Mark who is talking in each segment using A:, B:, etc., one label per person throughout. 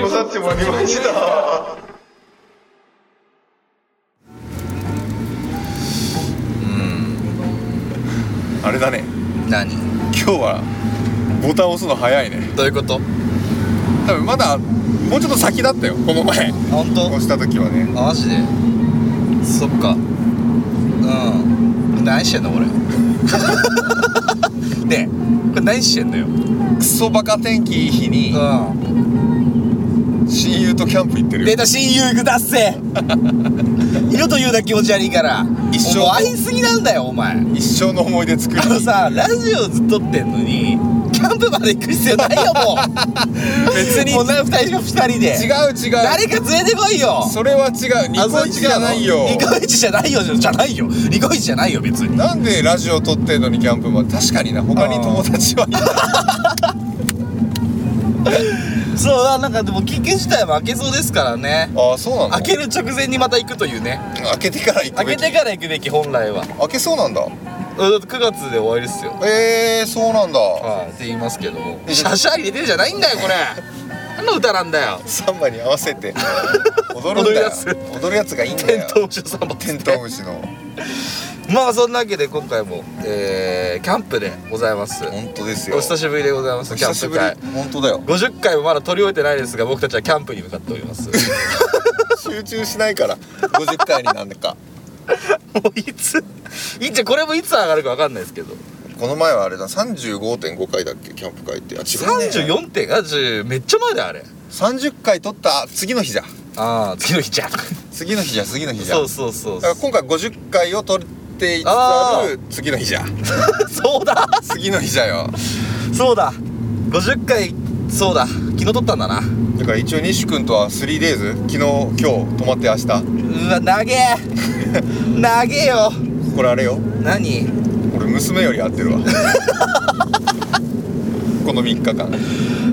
A: 混ざってまいりました
B: あれだね
C: 何
B: 今日はボタン押すの早いね
C: どういうこと
B: 多分まだもうちょっと先だったよこの前
C: あ本当
B: 押した時はね
C: あマジでそっかうん何してんの俺 ねえこれ何してんのよ
B: クソバカ天気いい日に
C: う
B: 親友とキャンプ行ってる
C: 出
B: よ
C: た親友くだっせ色と言うな気持ち悪いから
B: 一生
C: もう会いすぎなんだよお前
B: 一生の思い出作り
C: あのさラジオずっと撮ってんのにキャンプまで行く必要ないよ もう
B: 別に
C: こんな二人二人で
B: 違う違う
C: 誰か連れてこいよ
B: それは違うニコイチじゃないよ
C: ニコイチじゃないよじゃないよニコイチじゃないよ別に
B: なんでラジオ撮ってんのにキャンプまで確かにな他に友達はいない
C: そうだなんかでも緊急事態も開けそうですからね
B: ああそうなの
C: 開ける直前にまた行くというね
B: 開けてから行く
C: 開
B: べ
C: け
B: き
C: てから行くべき本来はうん
B: 開けそうなんだ
C: だって9月で終わりですよ
B: えー、そうなんだ
C: はいって言いますけども
B: え
C: シャシャ入れてるじゃないんだよこれ何の歌なんだよ
B: サンバに合わせ て踊るんだよ
C: 踊る
B: 踊るやつがいいんだ
C: テン
B: よ
C: トウムシのサンバ
B: テントウムシの
C: まあそんなわけで今回も、えー、キャンプでございます
B: 本当ですよ
C: お久しぶりでございます
B: お
C: キャ
B: 久
C: ン
B: し
C: プ
B: ぶり
C: 会
B: 本当だよ
C: 50回もまだ撮り終えてないですが僕たちはキャンプに向かっております
B: 集中しないから50回になんだか
C: もういついつこれもいつ上がるかわかんないですけど
B: この前はあれだ35.5回だっけキャンプ会ってあ違うね
C: 34点あ10めっちゃ前だよあれ
B: 30回取った次の日じゃ
C: ああ次の日じゃん
B: 次の日じゃ次の日じゃ
C: そうそうそう
B: だから今回50回を取っていつつある次の日じゃ
C: そうだ
B: 次の日じゃよ
C: そうだ50回そうだ昨日撮ったんだな
B: だから一応西君とは 3days 昨日今日泊まって明日
C: うわ長 え長えよ
B: これあれよ
C: 何
B: 俺娘より会って るわこの3日間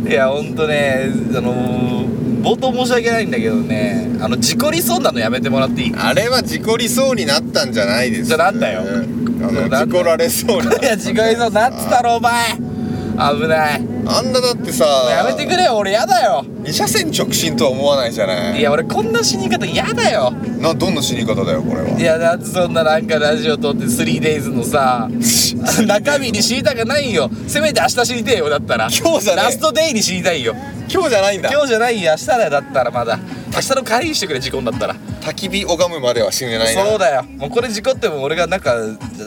C: いやほんとねあのー、冒頭申し訳ないんだけどねあの事故りそうなのやめてもらっていい
B: あれは事故りそうになったんじゃないです
C: じゃなんだよ
B: あ
C: なんだ
B: の事故られそうになっ
C: いや
B: た
C: 事故りそうなってたろお前危ない
B: あんなだってさ
C: やめてくれよ俺やだよ
B: 2車線直進とは思わないじゃない
C: いや俺こんな死に方やだよ
B: などんな死に方だよこれ
C: い
B: は
C: やだってそんななんかラジオ撮って 3days の さ中身に知りたくないよせめて明日知りてえよだったら
B: 今日じゃねえ
C: ラストデイに知りたいよ
B: 今日じゃないんだ
C: 今日じゃないよ明日だよだったらまだ明日の帰りにしてくれ事故んだったら
B: 焚き火拝むまでは死ねないな
C: そうだよもうこれ事故っても俺がなんかあ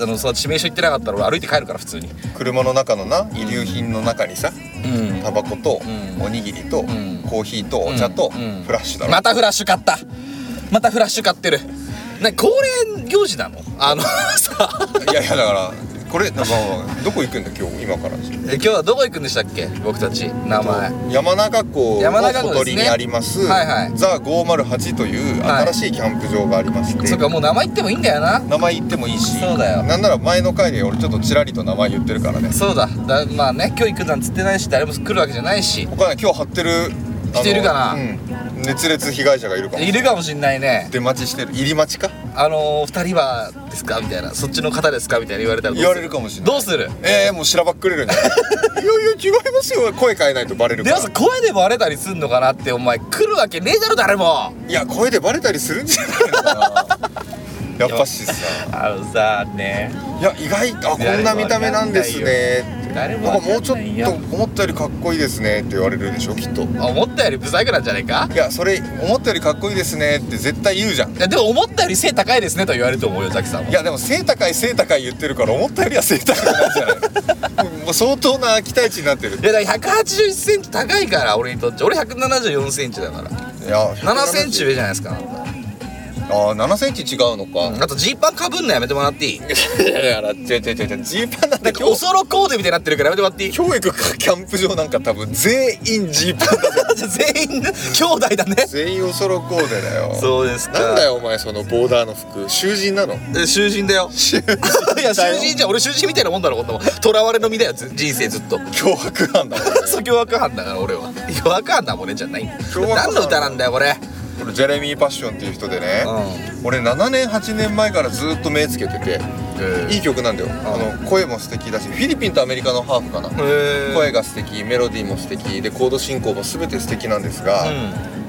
C: のその致命傷言ってなかったら俺歩いて帰るから普通に
B: 車の中のな遺留品の中にさ
C: うん
B: タバコと
C: うん
B: おにぎりと
C: ん
B: コーヒーとお茶と
C: うんうん
B: フラッシュだろ
C: またフラッシュ買ったまたフラッシュ買ってるな恒例行事なのあのさ
B: いやいやだからこれなんかどこ行くんだ今日今から
C: え今日はどこ行くんでしたっけ僕たち名前
B: 山中湖の
C: 山中湖
B: ほ
C: で
B: とり
C: すね
B: にあります
C: はいはい
B: ザ508という
C: はい
B: 新しいキャンプ場がありまして、
C: そっかもう名前言ってもいいんだよな
B: 名前言ってもいいし
C: そうだよ
B: なんなら前の回で俺ちょっとちらりと名前言ってるからね
C: そうだだまあね今日行くなんつってないし誰も来るわけじゃないし
B: 他ね今日張ってるあの
C: 来てるかな
B: うん、熱烈被害者がいるかも
C: いるかもしんないね
B: 出待ちしてる入り待ちか
C: あのー、2人はですかみたいなそっちの方ですかみたいな言われたらどうす
B: 言われるかもしんない
C: どうする
B: えー、もうしらばっくれるんじゃ ないいやいや違いますよ声変えないとバレるか
C: で
B: ら
C: もさ声でバレたりすんのかなってお前来るわけねえだろ誰も
B: いや声でバレたりするんじゃないのか なやっぱしさ
C: あのさね
B: いや意外とあこんな見た目なんですねって
C: 誰も
B: なん
C: わ
B: か
C: か
B: もうんちょっ
C: ないよ
B: と思ったよりかっこいいですねって言われるでしょきっとい
C: 思ったよりブサイクなんじゃないか
B: やそれ思ったよりかっこいいですねって絶対言うじゃん
C: いやでも思ったより背高いですねとは言われると思うよザキさんはい
B: やでも背高い背高い言ってるから思ったよりは背高くないじゃないもう相当な期待値になってる
C: いやだから181センチ高いから俺にとって俺174センチだから
B: いや
C: 7センチ上じゃないですか
B: ああ7センチ違うのか
C: あとジーパンかぶんのやめてもらっていい
B: だから違う違う違うジーパンなん
C: な
B: て
C: んか
B: 今
C: お
B: 日
C: そろコーデみたいになってるからやめてもらっていい
B: 教育かキャンプ場なんか多分全員ジーパ ンだ
C: 全員兄弟だね
B: 全員おそろコーデだよ
C: そうです
B: なんだよお前そのボーダーの服囚人なの
C: え囚人だよ
B: 囚人
C: いや囚人じゃん俺囚人みたいなもんだろこんなもん囚われの身だよず人生ずっと
B: 脅迫犯だもんね
C: そう凶悪犯だから俺は凶悪犯だもんねじゃない
B: 凶悪犯
C: 何の歌なんだよこれ
B: これジェレミー・パッションっていう人でね、俺7年8年前からずっと目つけてて
C: へえ
B: いい曲なんだよ
C: あ
B: あの声も素敵だしフィリピンとアメリカのハーフかな
C: へえ
B: 声が素敵メロディーも素敵でコード進行も全て素敵なんですが、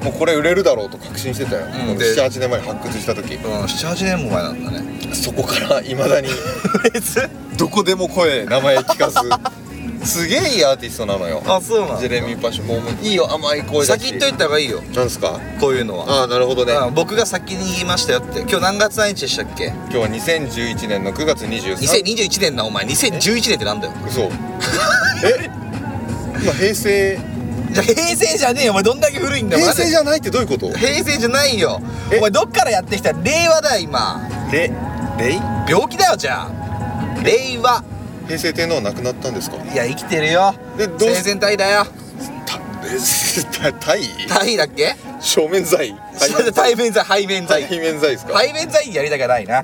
C: う
B: もうこれ売れるだろうと確信してたよ、
C: ん
B: もう
C: で
B: 78年前に発掘した時
C: ん、うん、78年も前なんだね
B: そこからいまだに
C: 別
B: どこでも声名前聞か ずすげえいいアーティストなのよ
C: あそうな
B: ジェレミー・パッションもうもういいよ甘い声だし
C: 先言っといた方がいいよ
B: なんですか
C: こういうのは
B: ああなるほどね
C: うん僕が先に言いましたよって今日何月何日でしたっけ
B: 今日は2011年の9月23日
C: 2021年なお前2011年ってなんだよ
B: 嘘え今平成
C: じゃあ平成じゃねえよお前どんだけ古いんだよ
B: 平成じゃないってどういうこと
C: 平成じゃないよ
B: え
C: お前どっからやってきた令和だよ今
B: れれい
C: 病気だよじゃあ令和
B: 平成天皇亡くなったんですか
C: いや生きてるよ
B: でどう
C: 生前体だよ
B: たた体
C: 体だっけ
B: 正面剤
C: 対面罪背面 罪背
B: 対面剤ですか
C: 面罪やりたくない な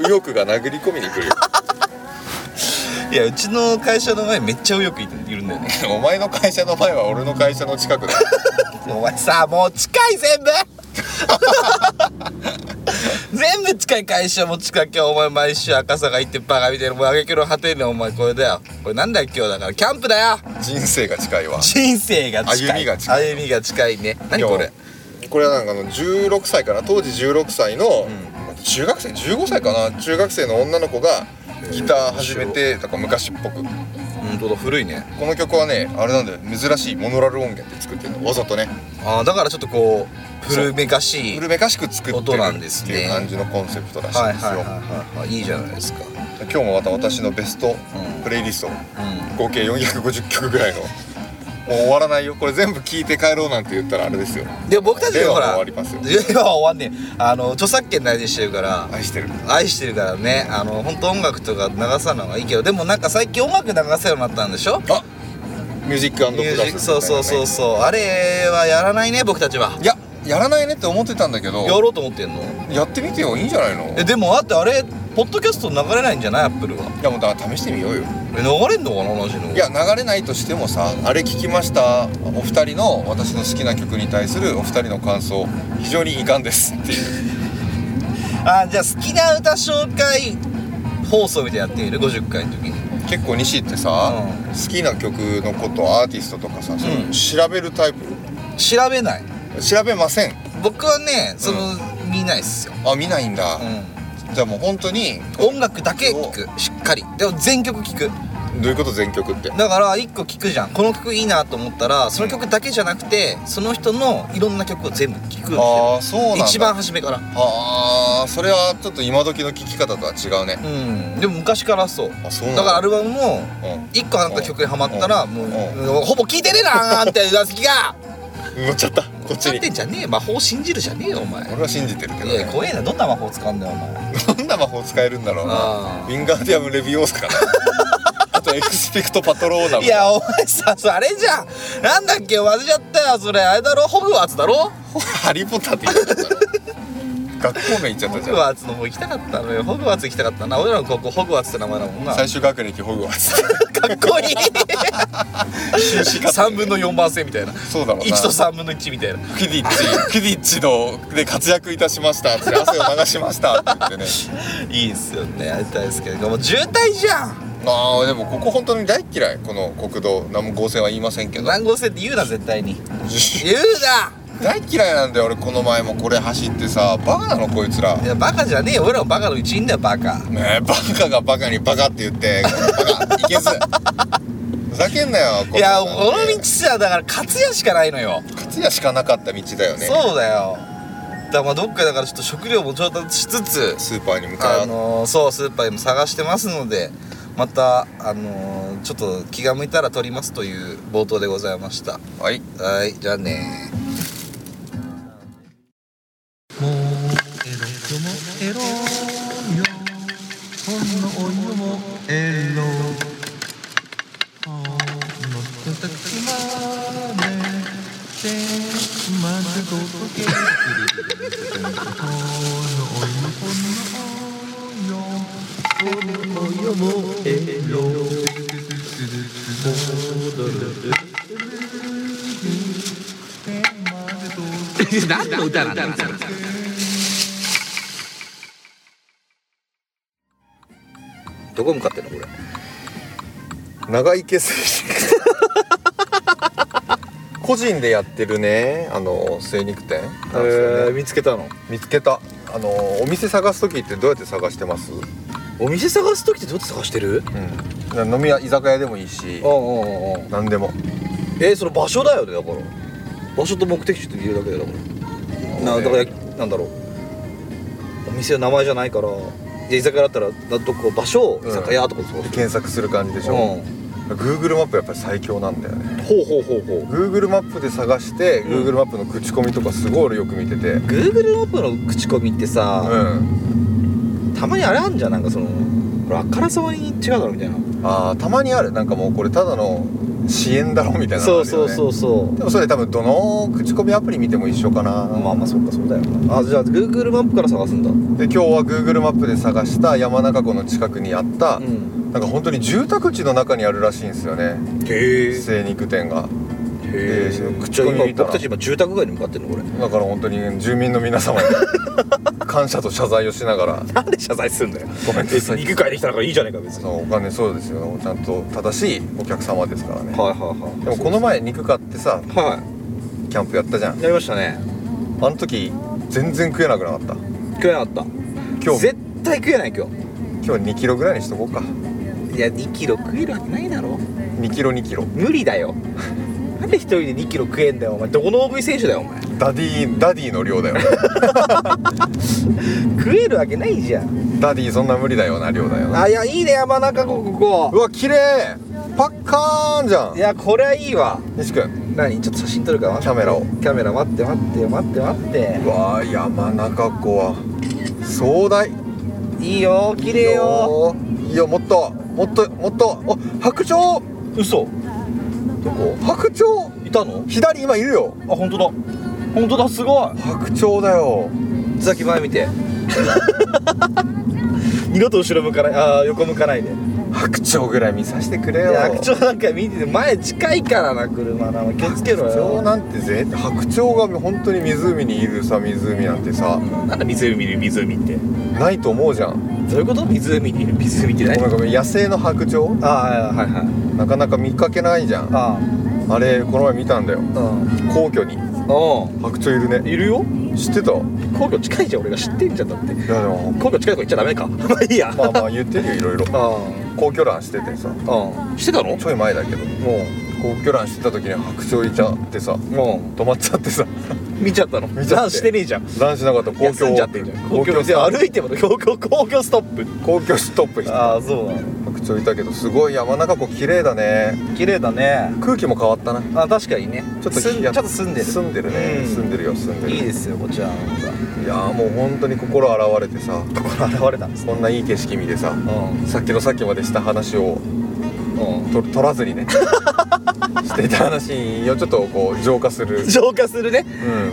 B: 右翼が殴り込みに 来るよ
C: いやうちの会社の前めっちゃ右翼いるん だよね
B: お前の会社の前は俺の会社の近くだ
C: お前さもう近い全部 全部近い会社も近い今日お前毎週赤坂行ってバカみたいなもう挙句の果てにお前これだよこれなんだよ今日だからキャンプだよ
B: 人生が近いわ
C: 人生が近い
B: 歩みが近い
C: 歩みが近いね何これ
B: いやこれはなんかあの16歳かな当時16歳の、中学生15歳かな中学生の女の子がギター始めてなんか昔っぽくこ
C: 本当だ古いね
B: の曲はねあれなんだよ珍しいモノラル音源で作ってるのわざとね
C: あーだからちょっとこう古めかしい
B: 古めかしく作ってる
C: 音なん
B: っ
C: です
B: て
C: ね
B: いう感じのコンセプトらしい
C: はい
B: んですよ、
C: はいはいはいはいいいじゃないですかう
B: 今日もまた私のベスト
C: ん
B: プレイリストを
C: ん
B: 合計450曲ぐらいのもう終わらないよこれ全部聞いて帰ろうなんて言ったらあれですよ
C: でも僕たち
B: 令
C: は
B: 和
C: ほ
B: も
C: ら
B: 終わりますよ
C: 令和は終わんねえあの著作権大事にしてるから
B: 愛してる
C: 愛してるからねあの本当音楽とか流さないのがいいけどでもなんか最近音楽流せるようになったんでしょ
B: あミュージックプラス
C: ミ
B: みたい
C: ュー
B: なね
C: ジックそうそうそうそうあれはやらないね僕たちはい
B: ややらないねって思ってたんだけど
C: やろうと思ってんの
B: やってみてよいいんじゃないの
C: え
B: い
C: でもだってあれポッドキャスト流れないんじゃないアップルは
B: やもうだから試してみようよ
C: え流れんのかなマジの
B: いや流れないとしてもさあれ聞きましたお二人の私の好きな曲に対するお二人の感想非常に遺憾ですっていう
C: あじゃあ好きな歌紹介放送みたいなのやってみる50回の時に
B: 結構西ってさ、
C: うん
B: 好きな曲のことアーティストとかさ、そういうの調べるタイプ
C: 調べない
B: 調べません
C: 僕はねその、見ないっすよ、
B: あ見ないんだ
C: う、ん、
B: じゃあもう本当に
C: 音楽だけ聞くしっかりでも全曲聞く
B: どういうこと全曲って
C: だから1個聞くじゃんこの曲いいなと思ったらその曲だけじゃなくてその人のいろんな曲を全部聞くんで
B: ああそうなんだ
C: 一番初めから
B: ああそれはちょっと今時の聴き方とは違うね
C: うんでも昔からそう
B: あそうなん
C: だからアルバムも
B: うん
C: 1個なんか曲にハマったら
B: うん
C: もう
B: う
C: ほぼ聞いてねえなーって裏好きが
B: 乗っちゃったこっち
C: 使っ
B: に
C: てんじゃねえよ魔法信じるじゃねえよお前
B: 俺は信じてるけど
C: いや
B: ね
C: 怖えなどんな魔法使うんだよお前
B: どんな魔法使えるんだろう
C: あ
B: な
C: ー
B: ウィンガーディアム・レビオースかな あとエクスペクト・パトローナム
C: いやお前さそれあれじゃんなんだっけ忘れちゃったよそれあれだろホグワーツだろ
B: ハリー・ポッターって言っちゃったな学校名言っちゃっ
C: ホ
B: たじ
C: グ
B: ゃん
C: ワーツの方行きたかったのよホグワーツ行きたかったな俺らの高校ホグワーツって名前だもんな
B: 最終学歴ホグワーツ
C: かっこいい
B: 修士課程
C: 3分の4番線みたいな
B: そうだろうな
C: 1と3分の1みたいな
B: クディッチクディッチので活躍いたしましたつって汗を流しましたって言 ってね
C: いいっすよねやりたいですけどもう渋滞じゃん
B: ああでもここ本当に大っ嫌いこの国道何も合成は言いませんけど
C: 何号線って言うな絶対に言うな
B: 大っ嫌いなんだよ俺この前もこれ走ってさバカなのこいつら
C: いやバカじゃねえよ俺らもバカの一員だよバカ
B: ねえバカがバカにバカって言ってバカいけずふざけんなよ
C: いやこの道さだから勝也しかないのよ、
B: 勝也しかなかった道だよね
C: そうだよだからまあどっかだからちょっと食料も調達しつつ
B: スーパーに向か
C: あ
B: う
C: のー、そうスーパーでも探してますのでまたあのー、ちょっと気が向いたら撮りますという冒頭でございました
B: はい
C: はいじゃあねー
A: もうエロよもエロよほんのお湯もエロほんのたたきまででまずごとけほんのお湯ほんのお湯ほんのお湯もエロ
C: どこ向かってんのこれ
D: 長池精神
B: 個人でやってるねあの精肉店なんですよね
D: えー、見つけたの
B: 見つけたあのお店探す時ってどうやって探してます、
D: お店探す時ってどうやって探してる
B: うん、飲み屋居酒屋でもいいし
D: うんうんうん
B: 何でも
D: えー、その場所だよねだから場所と目的地って言うだけだよだからなだからなんだろうお店の名前じゃないからで居酒屋だったらなどこ場所を
B: うん
D: 居酒屋とかそう
B: で検索する感じでし
D: うん
B: ょ、Google マップやっぱり最強なんだよね
D: ほうほうほうほう
B: Google マップで探して、
D: うん
B: Google マップの口コミとかすごい俺よく見てて
D: Google マップの口コミってさ、
B: うん
D: たまにあれあんじゃんなんかそのこれあからさまに違うだろみたいな
B: あーたまにあるなんかもうこれただの支援だろみたいなのあるよ、
D: そ
B: ね、
D: うそうそうそう
B: でもそれ多分どの口コミアプリ見ても一緒かな、
D: まあまあそっかそうだよなあじゃあ Google マップから探すんだう
B: で今日は Google マップで探した山中湖の近くにあった、
D: ん
B: なんか本当に住宅地の中にあるらしいんですよね
D: へえ
B: 精肉店が
D: へ
B: その
D: え
B: 口コミ見たら
D: 僕たち今住宅街に向かってんのこれ
B: だから本当に住民の皆様に感謝と謝罪をしながら
D: なんで謝罪すんだよ
B: ごめんな
D: 別
B: さ
D: に
B: い
D: 肉買いできたからいいじゃねえか別に
B: そのお金そうですよちゃんと正しいお客様ですからね
D: はいはいはい
B: でもこの前肉買ってさ
D: は
B: キャンプやったじゃん
D: いやりましたね
B: あの時全然食えなくなかった
D: 食えなかった
B: 今日
D: 絶対食えない今
B: 今日2キロぐらいにしとこうか
D: 日いや2キロ食えるわけないだろ
B: 2キロ2キロ
D: 無理だよ なんで一人で2キロ食えんだよお前どこの大食い選手だよお前
B: ダディダディの 量だよ
D: 食えるわけないじゃん
B: ダディそんな無理だよな量だよな
D: あいやいいね山中湖こ
B: う
D: こ
B: わ綺麗パッカーンじゃ
D: いやこれはいいわ
B: ん西君
D: 何ちょっと写真撮るから
B: キャメラを
D: キャメラ待って待って待って待って
B: うわー山中湖は壮大
D: いいよ綺
B: い
D: 麗よ
B: いよいいよもっともっともっとお白鳥
D: 嘘どこ
B: 白鳥
D: いたの
B: 左今いるよ
D: あ本当だ本当だすごい
B: 白鳥だよ
D: さっき前見て 二度と後ろ向かないあー横向かないで
B: 白鳥ぐらい見させてくれよ
D: 白鳥なんか見てて前近いからな車な気をつけろ
B: 白鳥
D: よ
B: なんてぜ白鳥が本当に湖にいるさ湖なんてさ
D: なんだ湖に湖って
B: ないと思うじゃん
D: どういうこと湖にいる湖って
B: ご
D: 何
B: めんごめん野生の白鳥
D: ああはいはい
B: なかなか見かけないじゃんあ
D: あ
B: れこの前見たんだよ
D: あうん
B: 皇居に
D: おう
B: 白鳥いるね
D: いるよ
B: 知ってたい
D: 皇居近いじゃん俺が知ってんじゃんだって
B: やでも
D: 皇居近いとこ行っちゃダメか まあいいや
B: まあまあ言ってるよいろいろ
D: あ
B: 皇居欄しててさ
D: あうんしてたの
B: ちょい前だけど
D: も
B: 皇居欄してた時に白鳥いちゃってさ
D: うも
B: 止まっちゃっ てさ
D: う見ちゃったの
B: 見ちゃって
D: なんしてねえじゃん
B: 乱しなかった公
D: 休
B: 共
D: んじゃってんじゃん
B: 公
D: 公
B: 共
D: 共
B: ス
D: で
B: トッ
D: 歩いても公共公共ストップ
B: プ公共ストップして
D: ああそうなの
B: 白鳥いたけどすごい山中湖綺麗だね
D: 綺麗だね
B: 空気も変わったなち
D: あ確かにね
B: ょっと
D: すん
B: 日
D: ちょ
B: が
D: っと澄んでる
B: 澄んでるね、
D: うん
B: 澄んでるよ澄んでる
D: いいですよこちらの方
B: いやーもう本当に心洗われてさ
D: が心現れたんです
B: こんないい景色見てさ
D: うん
B: さっきのさっきまでした話を
D: う
B: と取らず にねしてた話をちょっとこう浄化す る
D: ん、浄化するね、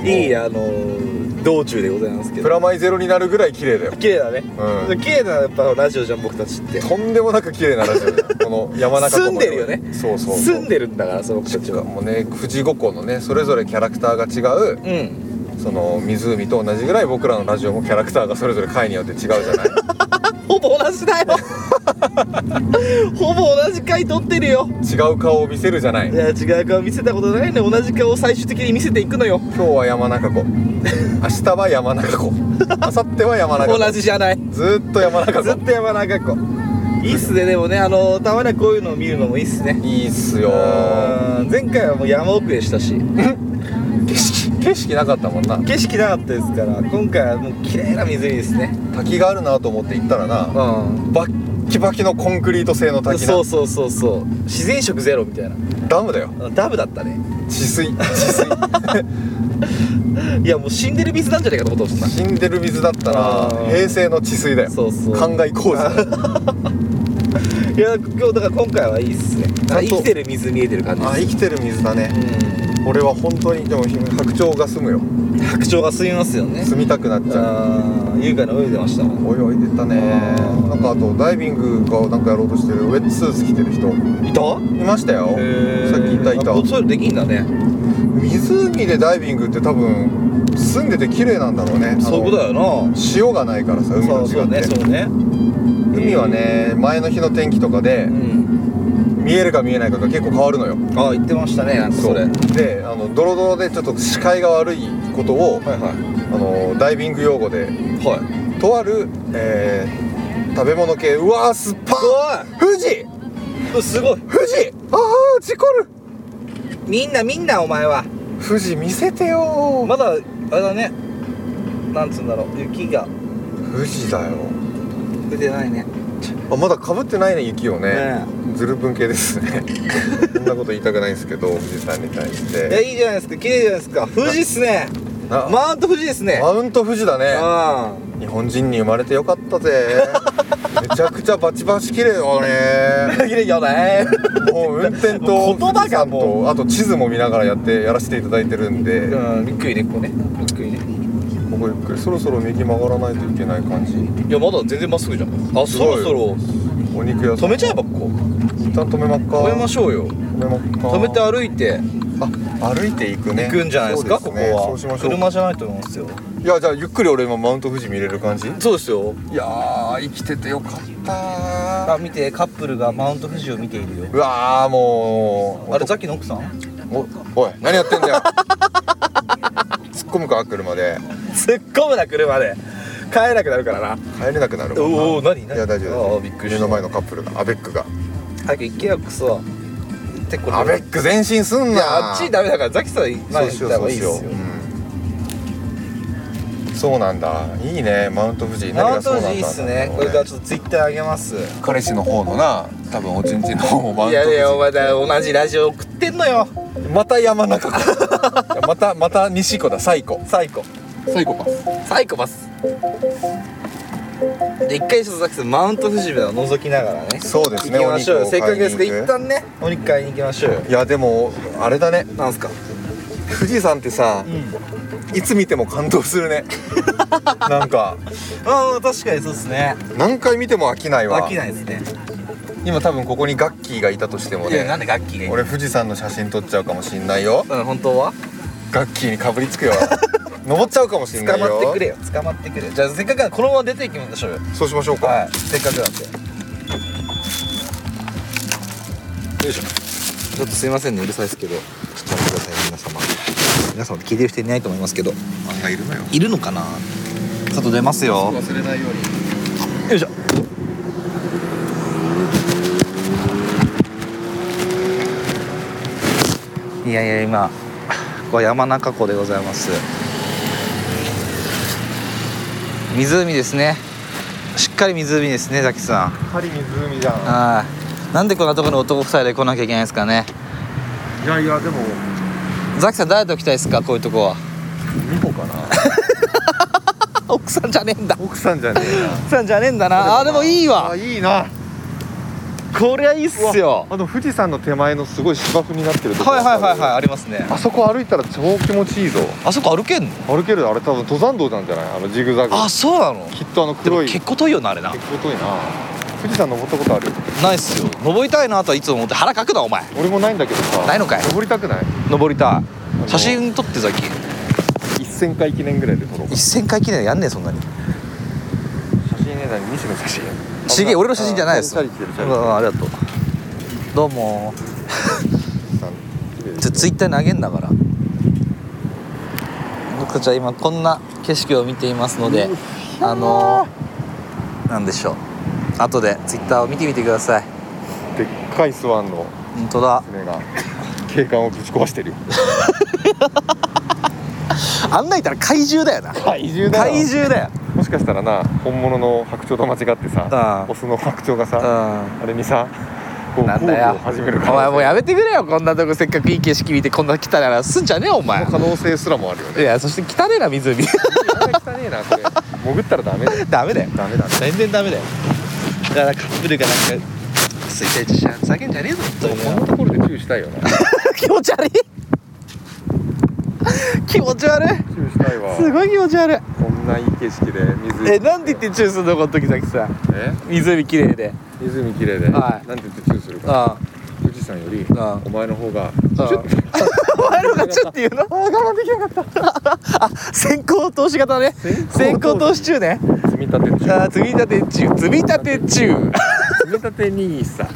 B: うん
D: いい
B: も
D: あのー道中でございますけ
B: うプ
D: ど
B: ラマイゼロになるぐらい綺麗だよ
D: 綺麗だね、
B: うん
D: 綺麗なやっぱラジオじゃん僕たちって
B: とんでもなく綺麗なラジオだよこの山中湖
D: 住んでるよね
B: そうそうそう
D: 住んでるんだからその僕たちは
B: もうね富士五湖のねそれぞれキャラクターが違う
D: うん
B: その湖と同じぐらい僕らのラジオもキャラクターがそれぞれ回によって違うじゃない
D: ほぼ同じだよ ほぼ同じ回撮ってるよ
B: 違う顔を見せるじゃない
D: いや違う顔見せたことないね同じ顔を最終的に見せていくのよ
B: 今日は山中湖明日は山中湖明後日は山中湖
D: 同じじゃない
B: ずーっと山中
D: ずっ
B: 湖
D: と山中湖いいっすねでもねあのたまにはこういうのを見るのもいいっすね
B: いいっすよ
D: うん前回はもう山奥でしたし
B: 景色景色なかったもんな
D: 景色なかったですから今回はもう綺麗な湖ですね
B: 滝があるなと思って行ったらな
D: う
B: バッキバキのコンクリート製の
D: ん
B: 滝な
D: そうそうそうそう自然色ゼロみたいな
B: ダムだよ
D: うんダブだったね
B: 治水治 水
D: いやもう死んでる水なんじゃないかと思ってまし
B: 死んでる水だったら
D: あー
B: 平成の治水だよ
D: たそうそう
B: 灌漑工事だよ
D: いや今日だから今回はいいっすね
B: ゃんと
D: 生きてる水見えてる感じ
B: あ
D: で
B: 生きてる水だね
D: す
B: 俺は本当にでも白鳥が住むよ
D: うん白鳥が吸いますよね
B: 住みたくなっちゃう
D: あー優雅に泳いでましたもん
B: 泳いでたね
D: ー
B: なんかあとダイビングかなんかやろうとしてるウェットスーツ着てる人い
D: いた
B: ましたよさっきいたいた
D: あそういうのできんだね
B: 湖でダイビングって多分住んでて綺麗なんだろうね
D: そういうこと
B: あの
D: だよな
B: 潮がないからさ海
D: そ
B: の
D: うそ
B: 違
D: う
B: って
D: ねそうね
B: で海はね前の日の天気とかで
C: うん
B: 見えるか見えないかが結構変わるのよ
C: ああ言ってましたねなんかそれ
B: であのドロドロでちょっと視界が悪いことを
C: はいは
B: あのダイビング用語で
C: いはい
B: とある、えー食べ物系うわー酸っぱい富士
C: うわすごい
B: 富士ああ事故る
C: みんなみんなお前は
B: 富士見せてよ
C: まだあれだねなんつうんだろう雪が
B: 富士だよ
C: 出てないね
B: あまだかぶってないね雪をね
C: ね
B: ずる文系です ねそんなこと言いたくないんですけど富士山に対し
C: いや
B: て
C: いいじゃないですか綺麗じゃないですか富士っすね
B: な
C: マウント富士ですね
B: マウント富士だね
C: あ
B: 日本人に生まれてよかったぜ めちゃくちゃバチバチ綺麗だね
C: あ綺麗よね
B: もう運転と
C: 言葉がもう
B: 富士山とあと地図も見ながらやってやらせていただいてるんで
C: うんびっくりねここねびっくりね
B: ここゆっくりそろそろ右曲がらないといけない感じ
C: いやまだ全然まっすぐじゃんあ
B: す
C: そ
B: ご
C: ろ
B: い
C: そろ
B: お肉屋さ
C: 止
B: ん
C: めちゃえばここ
B: 一旦止めまっか
C: 止めましょうよ
B: 止めまっか
C: 止めて歩いて
B: あ歩いていくね
C: 行くんじゃないですか
B: そう
C: ここは
B: そうしましょう
C: 車じゃないと思うんですよ
B: いやじゃあゆっくり俺今マウント富士見れる感じい
C: そうですよ
B: やー生きててよかったー
C: あ見てカップルがマウント富士を見ているよ
B: うわーもう
C: あれザキの奥さん
B: おおい何やってんだよ 突っ込むか車で
C: 突っ込むな車で帰れなくなるからな
B: 帰れなくなるわ
C: おお何何
B: いや大丈夫
C: ああびっくり
B: 目
C: し
B: の
C: た
B: 前のカップルがアベックが
C: 早く行けよクソてこれ
B: アベック前進すん
C: いや
B: な
C: あっちダメだからザキさん前
B: そう
C: に
B: し
C: 行
B: よ
C: っ
B: うそう
C: た方がいい
B: しよ
C: っすよ
B: う、うんそうなんだいいねマウント富士何
C: マウ
B: が
C: ン
B: そう
C: ト
B: なんだ
C: 富士いいっすねこれからちょっとツイッターあげます
B: 彼氏の方のな多分おちんちんの方もマウン
C: い
B: ト
C: やい
B: 富士
C: やお前だ同じラジオ送ってんのよ
B: また山中湖い やまたまた西湖だ西湖
C: サイコ
B: 西湖か
C: サイコパスで一回ちょっとザキさんマウント富士を覗きながらね
B: そうですね
C: 行きましょうよ
B: お肉
C: せっ
B: を
C: か
B: 買い
C: く
B: に行く
C: ですから一旦ねお肉買いに行きましょうよ
B: いやでもあれだね
C: なんすか
B: 富士山ってさ、いつ見ても感動するねなんか
C: ああ確かにそうっすね
B: 何回見ても飽きないわ
C: 飽きないですね
B: 今多分ここにガッキーがいたとしても
C: いやなん
B: ね
C: で楽器がいい
B: 俺富士山の写真撮っちゃうかもしんないよ
C: うん本当は
B: ガッキーにかぶりつくよ 登っちゃうかもしんな
C: 捕
B: いよ
C: まってくれよ捕まってくれよじゃあせっかくなんでこのまま出ていきましょうよ
B: そうしましょうか、
C: はいせっかくなんでよいしょちょっとすいませんねうるさいですけどちょっと待ってください皆様皆様聞いてる人いないと思いますけど
B: あんがいるのよ
C: いるのかな外出ますよ
B: 忘れないように
C: よいしょいやいや今 ここは山中湖でございます湖ですねしっかり湖ですねザキさん
B: やっぱり湖じゃん
C: ああなんでこんなところに男二人で来なきゃいけないんですかね
B: いやいやでも
C: ザキさん誰と来たいですかこういうとこは
B: 美穂かな
C: 奥さんじゃねえんだ
B: 奥さんじゃねえな
C: 奥さんじゃねえんだなあーでもいいわ
B: あいいな
C: これはいいっすよ
B: あの富士山の手前のすごい芝生になってるとこ
C: はいはいはいはい
B: い
C: ありますね
B: あそこ歩いたら超気持ちいいぞ
C: あそこ歩けんの
B: 歩けるあれ多分登山道なんじゃないあのジグザグ
C: あそうなの
B: きっとあの
C: でも
B: 黒い
C: 結
B: 結
C: 構遠いよなあれな
B: 構遠いな富士山登ったことある
C: ないっすよ登りたいなとはいつも思って腹かくなお前
B: 俺もないんだけどさ
C: ないのかい
B: 登りたくない
C: 登りた
B: の
C: い写真撮ってさっき
B: 1000回記念ぐらいで撮ろう
C: 1000回記念やんねえそんなに
B: 写真ね何西の写真
C: ちげえ俺の写真じゃないです
B: あ
C: よ
B: チャリ来てるチ
C: う
B: ャリ来て
C: んありがとうどうも
B: るさん来てる
C: じゃツイッターに投げんだから僕たちは今こんな景色を見ていますのであのー、なんでしょう後でツイッターを見てみてください
B: でっかいスワンの
C: 本当だ
B: 爪が景観をぶち壊してるよ
C: あんなんいたら怪獣だよな
B: 怪獣だよ
C: 怪獣だよ
B: もしかしたらな本物の白鳥と間違ってさ
C: うん
B: オスの白鳥がさ、
C: うん
B: あれにさこう
C: なんだよ
B: 交尾を始める可
C: お前も
B: 能
C: う
B: 性
C: やめてくれよこんなとこせっかくいい景色見てこんな汚いなすんじゃねえよお前
B: その可能性すらもあるよ
C: い
B: ね
C: やそして汚えな湖
B: 汚ねえなこれ潜ったらダメだよ
C: ダメだよ
B: ダメだね
C: 全然ダメだよだからカップルがなんか水星自社叫んじゃねえぞ
B: こんなところで注意したいよな
C: 気持ち悪い気持ち悪い
B: 注意したいわ
C: すごい気持ち悪い
B: こんないい景色で湖
C: えなんで言ってチューするのこの時崎さん
B: え
C: 湖綺麗で
B: 湖綺麗で、
C: はい
B: なんて言って注意するか
C: あ
B: 富士山より
C: ああ
B: お前の方が
C: ああお前のがちょっと言うのあ我慢できなかったあ先行投資型ね先行投資中ね
B: 積みみ立て中
C: あー積み立て中積み立て中
B: 積み立て兄さん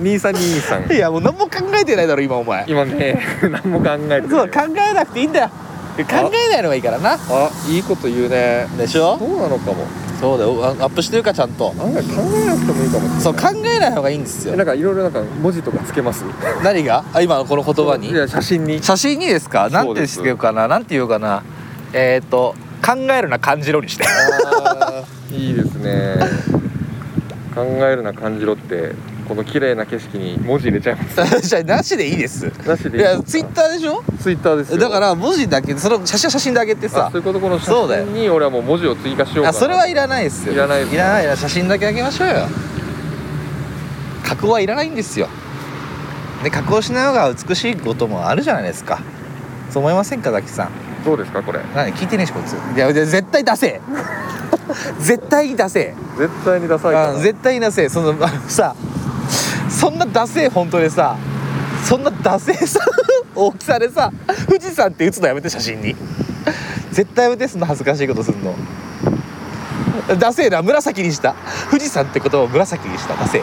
B: 兄さん兄さん
C: いやもう何も考えてないだろ今お前
B: 今ね何も考えてない
C: そう考えなくていいんだよ考えないのがいいからな
B: あいいこと言うね
C: でしょ
B: そうなのかも
C: そうだよあアップしてるかちゃんと
B: 案外考えなくてもいいかもしれない
C: そう考えない方がいいんです
B: え
C: よ
B: なんかいろいろなんか文字とかつけます
C: 何があ今のこの言葉に
B: いや写真に
C: 写真にですかなん
B: そう
C: て
B: で
C: し
B: す
C: てるかななんて言うかなえっ、ー、と考えるな感じろ にして
B: いいですね考えるな感じろってこの綺麗な景色に文字入れちゃいます
C: じゃあなしでいいです
B: なし
C: い
B: で
C: やツイッターでしょ
B: ツイッターですよ
C: だから文字だけその写真は写真であげて
B: あ
C: さ
B: そういうことこの写
C: そうだよ
B: 真に俺はもう文字を追加しようかな
C: あそれはいらないですよ
B: いらないです
C: いらないいらない写真だけあげましょうよ加工はいらないんですよで加工しない方が美しいこともあるじゃないですかそう思いませんかザキさん
B: どうですかこれ
C: 何聞いてねえしこいついやいや絶対出 せ絶対に出せ
B: 絶対にダサいから
C: うん絶対に出せその あのさそんなダセえ本当でさそんなダセえさ 大きさでさ富士山って打つのやめて写真に絶対やめてそんな恥ずかしいことすんのダセえな紫にした富士山ってことを紫にしたダセえ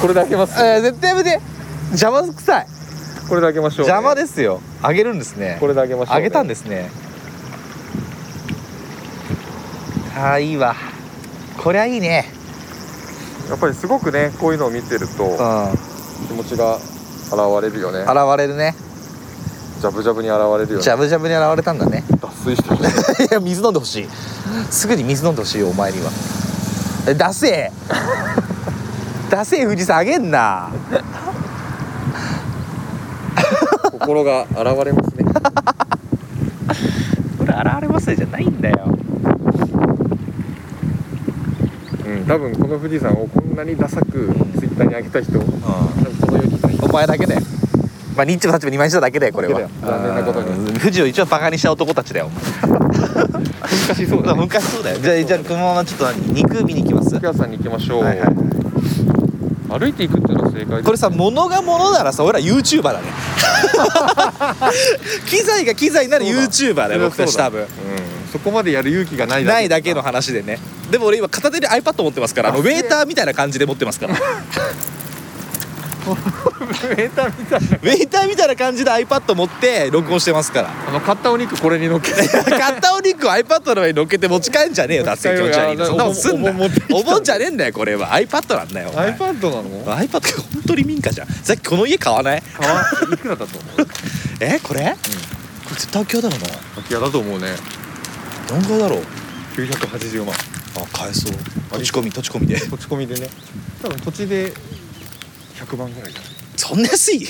B: これであげます
C: えー絶対やめて邪魔くさい
B: これであげましょうね
C: 邪魔ですよあげるんですね
B: これであげましょう
C: あげたんですすねあーいいわこりゃいいね
B: やっぱりすごくねこういうのを見てる
C: う
B: と
C: ん
B: 気持ちが現れるよね
C: 現れるね
B: ジャブジャブに現れるよ
C: ジ
B: ね
C: ャブジャブに現れたんだね
B: 脱水してる
C: いや水飲んでほしいすぐに水飲んでほしいよお前にはえダ セえダセえ富士山あげんな
B: 心が現れますね
C: これ現れますねじゃないんだよ
B: うん多分この富士山をこんなにダサくツイッターに上げた人多分この世にいない
C: お前だけだよまあニッチもサッチも二枚しただけだよこれは
B: だけだよ残念なことに
C: うん富士を一応バカにした男たちだよ
B: 難しそうだね
C: 昔そうだよじゃあじゃあこのままちょっと何肉見に行きます
B: 木屋さんに行きましょう、
C: はいはい
B: 歩いていくっていうのが正解
C: これさ物が物ならさ俺ら YouTuber だね 機材が機材なら YouTuber だよ僕たち多分
B: うん、そこまでやる勇気がない
C: ないだけの話でねでも俺今片手で iPad 持ってますからあのウェーターみたいな感じで持ってますからウ
B: メーターみたいな
C: ェーターみたいな感じで iPad 持って録音してますから
B: あの買ったお肉これに乗っ けて
C: 買ったお肉を iPad の上に乗っけて持ち帰んじゃねえよ
B: 持
C: だっ
B: ち帰
C: て
B: る
C: 気持ち悪いな
B: あ
C: そんなもんすんな
B: お盆持ってきた
C: お盆じゃねえんだよこれは iPad なんだよお前
B: iPad なの
C: iPad が本当に民家じゃんさっきこの家買わない
B: 買わいくらだと思う
C: えこれ、これ絶対空き家だろうな
B: 空き家だと思うね
C: 何階だろう
B: 980万
C: あ買えそう閉じ込み閉じ込みで
B: 土地込みでね多分土地で100万ぐらいじゃない
C: そんな安いい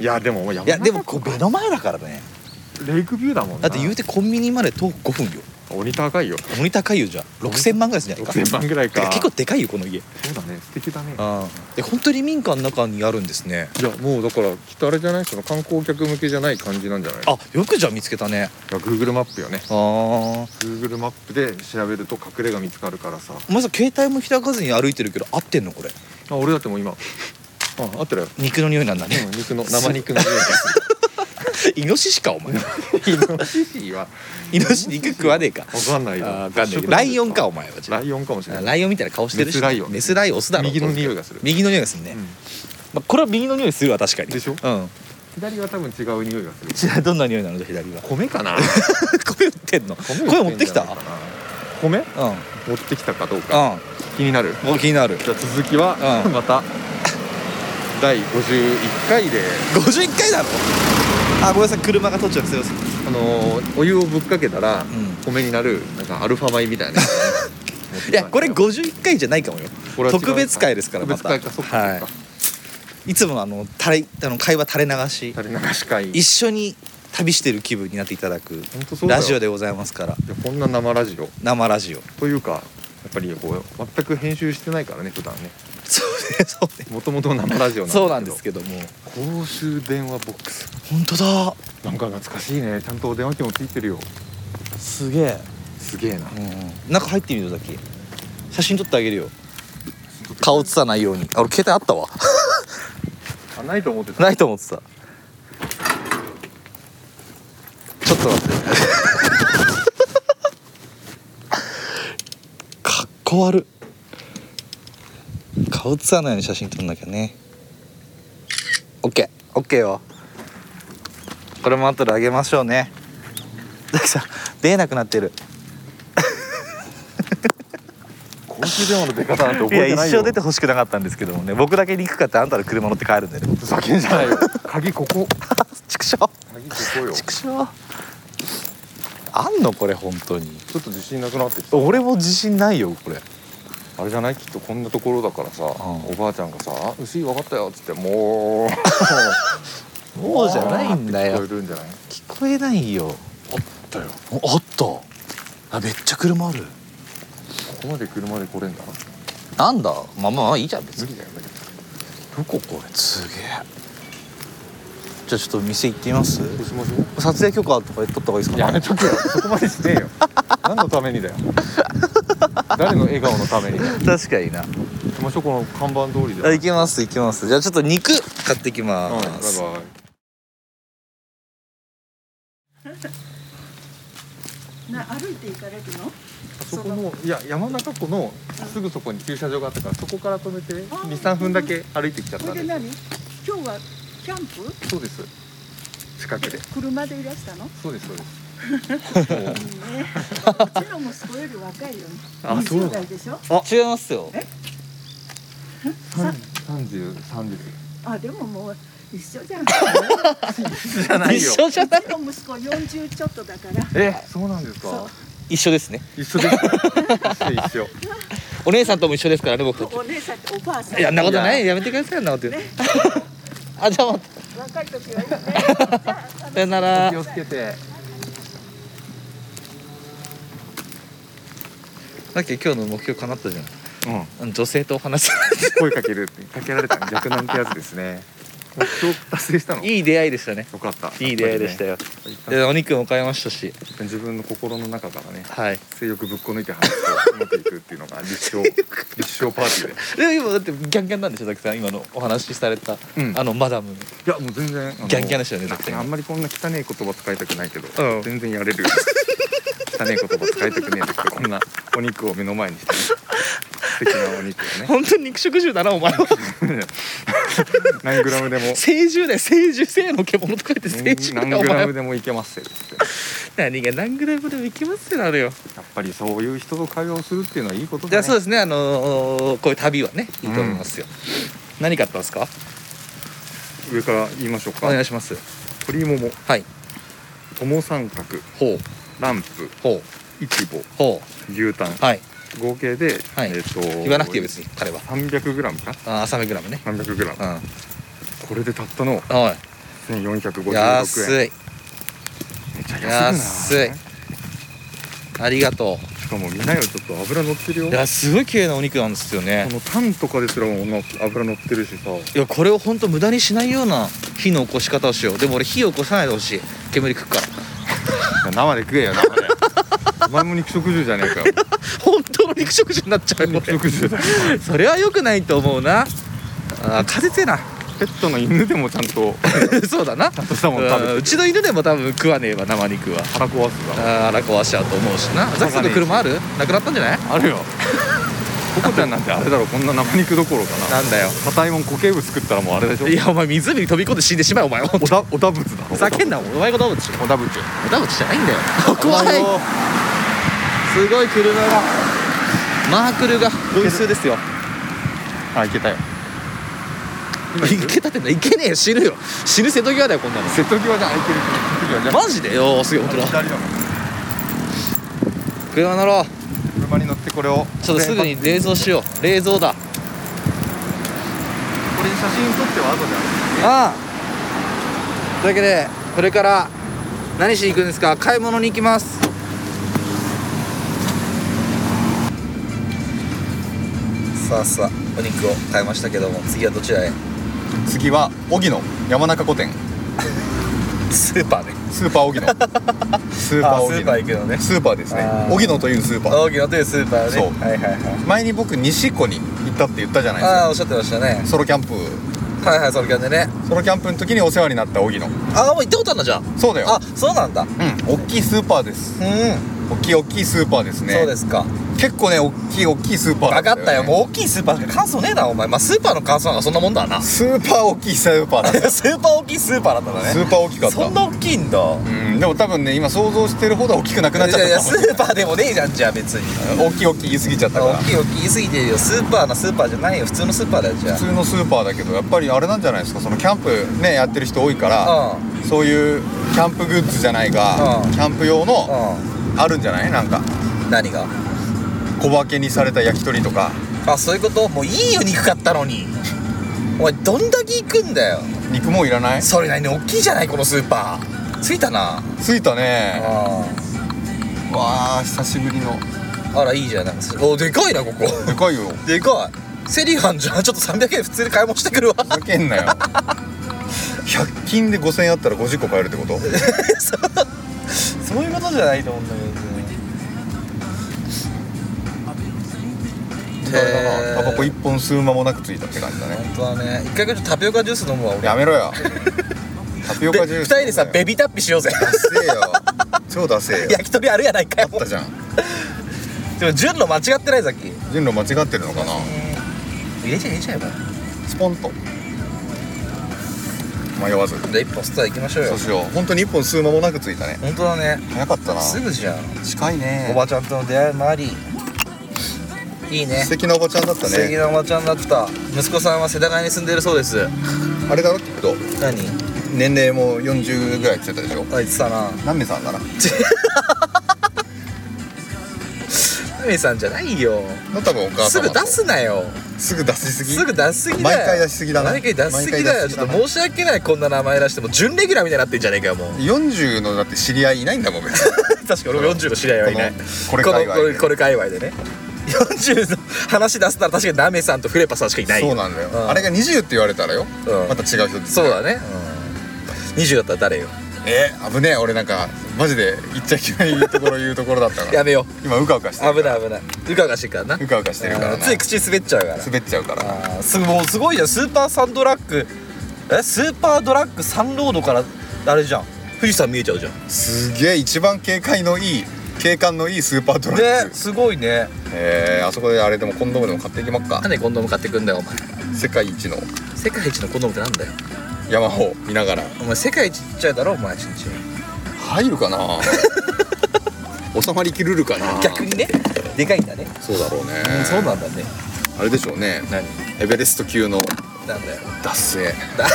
B: いやでもやば
C: やでもこう目の前だからね
B: レイクビューだもん
C: だ
B: な
C: って言うてコンビニまで徒歩5分よ
B: 鬼高いよ
C: モニター回遊じゃん6000万ぐらいするんじゃないか
B: 6000万ぐらい
C: て
B: か
C: か結構でかいよこの家
B: そうだね素敵だね
C: え本当に民家の中にあるんですね
B: いやもうだからきっとあれじゃないその観光客向けじゃない感じなんじゃない
C: あよくじゃあ見つけたね
B: いや Google マップよね
C: ああお
B: Google マップで調べると隠れが見つかるからさ
C: 前さ携帯も開かずに歩いてるけど合ってんのこれ
B: あ俺だってもう今あ合ってるよ
C: 肉の匂いなん だね
B: うん肉の生肉の匂いがす
C: イノシシかお前
B: るイノシシ は
C: イノシシ肉食わねえか
B: わかんないよ
C: あーわかんないけどライオンかお前は
B: ライオンかもしれない
C: ライオンみたいな顔してるし
B: メスライオン
C: メスライオンオスだろ
B: 右の匂いがする
C: 右の匂いがするね
B: うん
C: まあこれは右の匂いするわ確かに
B: でしょ
C: うん
B: 左は多分違う匂いがする
C: じゃあどんな匂いなの左 は
B: 米かな
C: 米売ってんの
B: 売
C: 米持って
B: ん
C: き
B: じゃ
C: た
B: ないかな米
C: うんうん
B: 持ってきたかどうか気になる
C: もう気になる
B: じゃあ続きは
C: うん
B: また第51回で
C: 51回だろあごめんなさい車が通っちゃうんですいません
B: あのーお湯をぶっかけたら
C: ん
B: 米になるなんかアルファ米みたいな
C: いやこれ51回じゃないかもよ
B: これは違う
C: 特別回ですからま
B: 特別
C: た
B: 会かそっかそっか
C: はいいつものあの垂れあの会話垂れ流し
B: 垂れ流し会
C: 一緒に旅してる気分になっていただく
B: ほんとそうだよ
C: ラジオでございますから
B: いやこんな生ラジオ
C: 生ラジオ
B: というかやっぱりこう全く編集してないからね普段ね
C: そうねそうね
B: もともと生ラジオなんですけど
C: そうなんですけども
B: 公衆電話ボックス
C: 本当だ
B: なんか懐かしいねちゃんとお電話機もついてるよ
C: すげえ
B: すげえな
C: うん中入ってみるよさっき写真撮ってあげるよ顔映さないようにあ俺携帯あったわ
B: あないと思ってた
C: ないと思ってた ちょっと待って変わる顔写らないように写真撮んなきゃね OKOK よこれも後であげましょうねザキさん出えなくなってる
B: 公衆電話の出方なんて
C: い
B: 覚
C: や
B: えて
C: 一
B: ないよ
C: 生出てほしくなかったんですけどもね僕だけ肉買ってあんたの車乗って帰るんでね
B: ふざけんじゃないよ 鍵ここ
C: 畜生畜
B: 鍵ここ よち
C: 生あんのこれ本当に
B: ょっと自信なくなってきた
C: 俺も自信ないよこれ
B: あれじゃないきっとこんなところだからさ、
C: ん
B: おばあちゃんがさ「牛分かったよ」っつって「もう」
C: もうじゃないんだ
B: 聞
C: よ
B: こえるんじゃない
C: 聞こえないよあったよあったあめっちゃ車ある
B: ここまで車で来れんだ
C: なんだまあまあいいじゃん別
B: 無
C: に
B: 理だよ無理だよ
C: どここれすげえじゃあちょっと店行ってみます
B: もしもし
C: 撮影許可とか取った方がいいですか
B: やめとけよそこまでしねえ よ何のためにだよ誰の笑顔のためにだよ
C: 確かにな
B: 行きましょうこの看板通りで
C: あ行きます行きますじゃあちょっと肉買ってきま
B: はい
C: す、
B: バイバイ
E: な歩いて行かれるの？
B: あそこのいや山中湖のすぐそこに駐車場があったからそこから止めて
E: あ
B: 23分だけ歩いてきちゃっ
E: こ
B: たん
E: れで
B: で
E: 何？今日はキャンプ？
B: そうです近くで
E: 車でいらしたの？
B: そうですそうです
E: いいね。うちの息子より若いよ。
B: あそう
E: 20代でしょ？
C: 違いますよ
B: 3030
E: あでももう一緒じゃん。う
B: じゃないよ
C: 一緒じゃない
E: ちの息子40ちょっとだから。
B: えそうなんです
E: そ
B: か
E: う
C: 一緒ですね
B: 一緒です一緒一緒
C: お姉さんとも一緒ですからね僕たち
E: お姉さんとおばあさん。
C: いやんなことないやめてくださいよんなこと言う あじゃあまた
E: 若い時はいいね。じゃあ
C: さよなら
B: 気をつけて
C: さっき今日の目標叶ったじゃん
B: うん
C: うん女性とお話し
B: 声かけるってかけられたの逆なんてやつですね目標達成したのよ
C: いい出会いでしたね
B: かった
C: いい出会いでした
B: よ
C: よ、でお肉も買いましたし
B: 自分の心の中からね
C: はい
B: 性欲ぶっこ抜いて話を持っていくっていうのが立証立証パーティーで
C: でも今だってギャンギャンなんでしょザキさん今のお話しされた、
B: うん
C: あのマダム
B: いやもう全然あの
C: ギャンギャンでしたよね絶対
B: あんまりこんな汚い言葉使いたくないけど、
C: うん
B: 全然やれるよ汚い言葉使いたくねえですけどこんなお肉を目の前にして、ね、素敵なお肉を
C: 本当に肉食獣だなお 前は
B: ね何グラムでも
C: 成獣だよ成獣性の獣と書いて成獣だよ
B: 何
C: お
B: グ
C: 前
B: ラ
C: は
B: ムでもいけますよって
C: 何が何グラムでもいきますよあれよ
B: やっぱりそういう人と会話をするっていうのはいいこと
C: じ
B: だ
C: ゃあそう
B: ね
C: ですねあのーこういう旅はねいいと思いますよ、何買ったんですか
B: 上から言いましょう
C: お
B: か
C: 願いします
B: 鶏もも
C: はい
B: 友三角
C: ほう
B: ランプ
C: ほう
B: イチボ
C: ほ
B: 牛タン
C: うはい
B: 合計で、
C: はい
B: えっ、と
C: 言わなくていいよ別に彼は
B: 300グラムか
C: あ朝目グラムね
B: 300グラム
C: うん
B: これでたったの
C: は
B: 1456円
C: い安
B: い
C: い
B: めちゃ安いな
C: 安いありがと
B: しかも見なよちょっと脂乗ってるよ
C: うい
B: こ
C: やすごい綺麗なお肉なんですよね
B: のタンとかですらもの脂乗ってるしさ
C: いやこれを本当無駄にしないような火の起こし方をしようでも俺火を起こさないでほしい煙食っから
B: 生で食えよ生でお前も肉食獣じゃねえかよ
C: 本当の肉食獣になっち ゃうよ
B: 肉食獣だよ
C: 俺それは良くないと思うなあー風強いな
B: ペットの犬でもちゃんと
C: そうだな
B: ちゃんとしたもの食べて
C: うんうちの犬でも多分食わねえわ生肉は
B: 腹壊すから
C: あーら壊しちゃうと思うしなザキさんの車あるなくなったんじゃない
B: あるよココちゃんなんてあれだろこんな生肉どころかな
C: なんだよ
B: 硬いもん固形物食ったらもうあれでしょ
C: いやお前湖に飛び込んで死んでしまえお前は
B: おだおだぶつだろ
C: ふざけんなお前がどうぶつ
B: おだぶつ
C: おだぶつじゃないんだよ怖いすごい車がマークルが分数ですよ
B: あいけたよ
C: いけたってないけねえよ死ぬよ死ぬ瀬戸際だよこんなの
B: 瀬戸際じゃんいける瀬戸際じゃん
C: マジでよすげえ本当だ
B: 左だもん
C: 車乗ろう
B: 車に乗ってこれを
C: ちょっとすぐに冷蔵しよう冷蔵だ
B: これ写真撮っては後で
C: ああというわけでこれから何しに行くんですか買い物に行きます
F: さあさあお肉を買いましたけども次はどちらへ
G: 次は荻野山中古店
F: スーパーね
G: スーパー荻野スーパー
F: あス
G: 荻
F: ーパー
G: 野
F: 行くのね
G: スーパーですね
F: あー
G: 荻野というスーパー
F: 大きなというスーパーね
G: そう
F: はいはいはい
G: 前に僕西湖に行ったって言ったじゃないです
F: ああ
G: か
F: おっしゃってましたね
G: ソロキャンプ
F: はいはいそれからね
G: ソロキャンプの時にお世話になった荻野
F: ああもう行ったことあるのじゃあ
G: そうだよ
F: あそうなんだうん
G: うん大きいスーパーです
F: そう
G: 大きい大きいスーパーですね
F: ですか
B: 結構ね大きい大きいスーパー
D: 分かったよ
B: う
D: もう大きいスーパーしか感想ねえだろお前まあスーパーの感想なんかそんなもんだなス
B: スーパー大きいスーパーだ
D: ーパー大きい スーパーだったんだ
B: ス
D: ね
B: ーパー大きかった
D: そんな大きいんだ
B: うんでも多分ね今想像してるほど大きくなくなっ
D: い
B: ちゃ
D: やいや
B: った
D: スーパーでもねえじゃんじゃあ別に
B: 大きい大きい言い過ぎちゃったから
D: 大きい大きい言い過ぎてるよスーパーのスーパーじゃないよ普通のスーパーだよじゃ
B: 普通のスーパーだけどやっぱりあれなんじゃないですかそのキャンプねやってる人多いから、
D: あうん
B: そういうキャンプグッズじゃないが、
D: うん
B: キャンプ用の
D: う
B: あるんじゃないなんか
D: ん何が
B: 小分けにされた焼き鳥とか
D: あそういうこともういいよ肉買ったのにお前どんだけ行くんだよ
B: 肉もいらない
D: それなりに大きいじゃないこのスーパー着いたな
B: ついたね
D: あ
B: わあ久しぶりの
D: あらいいじゃないおでかいなこ こ
B: でかいよ
D: でかいセリハンじゃんちょっと300円普通に買い物してくるわ
B: ふざけん なよ100均で5000円あったら50個買えるってこと
D: そういうことじゃないと思うんだけどへ
B: あれだな
D: え
B: タバコ1本吸う間もなくついたって感じだね
D: 本当はね一回ちょっとタピオカジュース飲むわ俺
B: やめろよタピオカジュー
D: 2
B: ス
D: 人でさベビタッピしようぜ
B: ダセえよ超ダセえよ
D: 焼き鳥あるやないか
B: あ
D: よ
B: ったじゃん
D: でも順路間違ってないさっき
B: 順路間違ってるのかな
D: 入れちゃえ入れちゃえば
B: スポンと迷わず
D: じゃあ一本スター行きましょう
B: そ
D: よ
B: うしよう本当に1本吸う間もなくついたね
D: 本当だね
B: 早かったな
D: すぐじゃん
B: 近い
D: お
B: ね
D: ばちゃんとの出会いもありいいね
B: 素敵なおばちゃんだった
D: 素敵
B: ね
D: なおばちゃんだった息子さんは世田谷に住んでるそうです
B: あれだろきっと
D: 何
B: 年齢も40ぐらいついたでしょ
D: あいつさな
B: ナメさんだなだ
D: 梅さんじゃないよ
B: 多分お母
D: す
B: 様
D: ぐ
B: だ
D: 出
B: と
D: すなよ
B: すぐ出しすぎ
D: すぐ出しすぎだよ
B: 毎回出しすぎだな
D: 毎回出しすぎだよ
B: 毎回出
D: ち
B: しすぎ
D: ょっ
B: だな
D: と申し訳ないこんな名前出しても準レギュラーみたいになってんじゃねえかよもう
B: 40のだって知り合いいないんだもん別に
D: 確か俺も40の知り合いはいない
B: このこれ界隈
D: このこれこれ界隈でね40の話出すなら確かにナメさんとフレパさんし かいないよ
B: そうなんだよ、
D: うん
B: あれが20って言われたらよ、
D: うん
B: また違う人
D: そうだね、20だったら誰よ
B: えー、危ねえ俺なんかマジで言っちゃいけないところ言うところだったから
D: やめよ
B: 今うかうかし
D: う
B: てる
D: 危ない危ないうかうかしてるからな
B: うかうかしてるから
D: あー
B: な
D: つい口滑っちゃうから
B: 滑っちゃうから
D: あーすもうすごいじゃんスーパーサンドラッグえスーパードラッグサンロードからあれじゃん富士山見えちゃうじゃん
B: すげえ一番警戒のいい景観のいいスーパードラッ
D: ね
B: グ
D: すごいね
B: えー、あそこであれでもコンドームでも買っていきまっか
D: なんでコンドーム買ってくんだよお前
B: 世界一の
D: 世界一のコンドームってなんだよ
B: 山を見ながら
D: お前世界一ちっちゃいだろお前ちんちん
B: 入るかな 収まりきるるかな
D: 逆にねでかいんだね、
B: そうだろうね、
D: うんそうなんだね
B: あれでしょうね
D: 何
B: エベレスト級の
D: なんだよ
B: 脱線
D: だ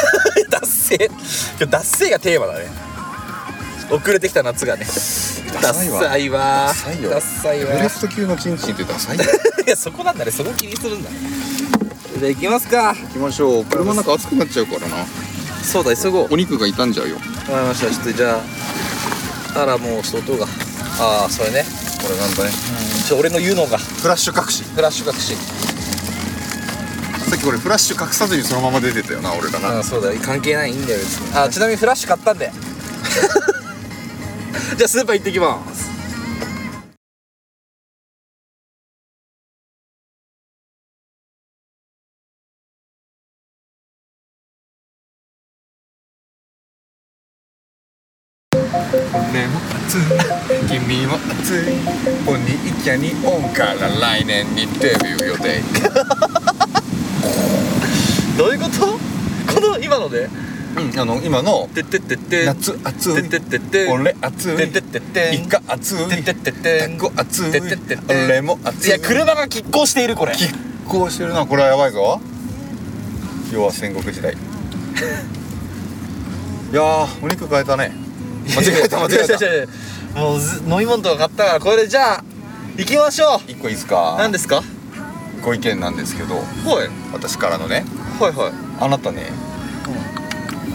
D: 脱線今日脱線がテーマだね遅れてきた夏がねダッ
B: ダサいわ
D: サいわ
B: ダサいよ
D: ダッサい
B: エ
D: わ
B: ベレスト級のチンチンってダサいよ
D: いやそこなんだねそこ気にするんだじゃあ行きますか
B: 行きま しょう車なんか熱くなっちゃうからな
D: そうだ急ごう
B: お肉が傷んじゃうよ
D: わかりましたちょっとじゃああらもう相当がああそれね
B: これなんだね
D: ちょっと俺の言うのが
B: フラッシュ隠し
D: フラッシュ隠し
B: さっきこれフラッシュ隠さずにそのまま出てたよな俺らな
D: うんそうだ関係ないいいんだよ別にあちなみにフラッシュ買ったん でじゃあスーパー行ってきます
B: 俺も熱い君も熱いお兄ちゃんにオンから来年にデビュー予定
D: どういうことこの今ので
B: うんあの今の
D: 「てってってって」
B: 夏熱
D: てって
B: い
D: ってって」
B: 俺熱
D: て
B: い
D: ってってって
B: イカ熱い
D: てってってって
B: タコ熱い
D: てってってって
B: 俺も熱
D: い
B: い
D: や車が拮抗しているこれ
B: 拮抗してるなこれはやばいぞ要は戦国時 代いやーお肉変えたね間違えた間違えた
D: 違う違う違うもうず飲み物とか買ったからこれでじゃあ行きましょう
B: 一個いいですか
D: 何ですか
B: ご意見なんですけど
D: はい
B: 私からのね
D: はいはい
B: あなたね、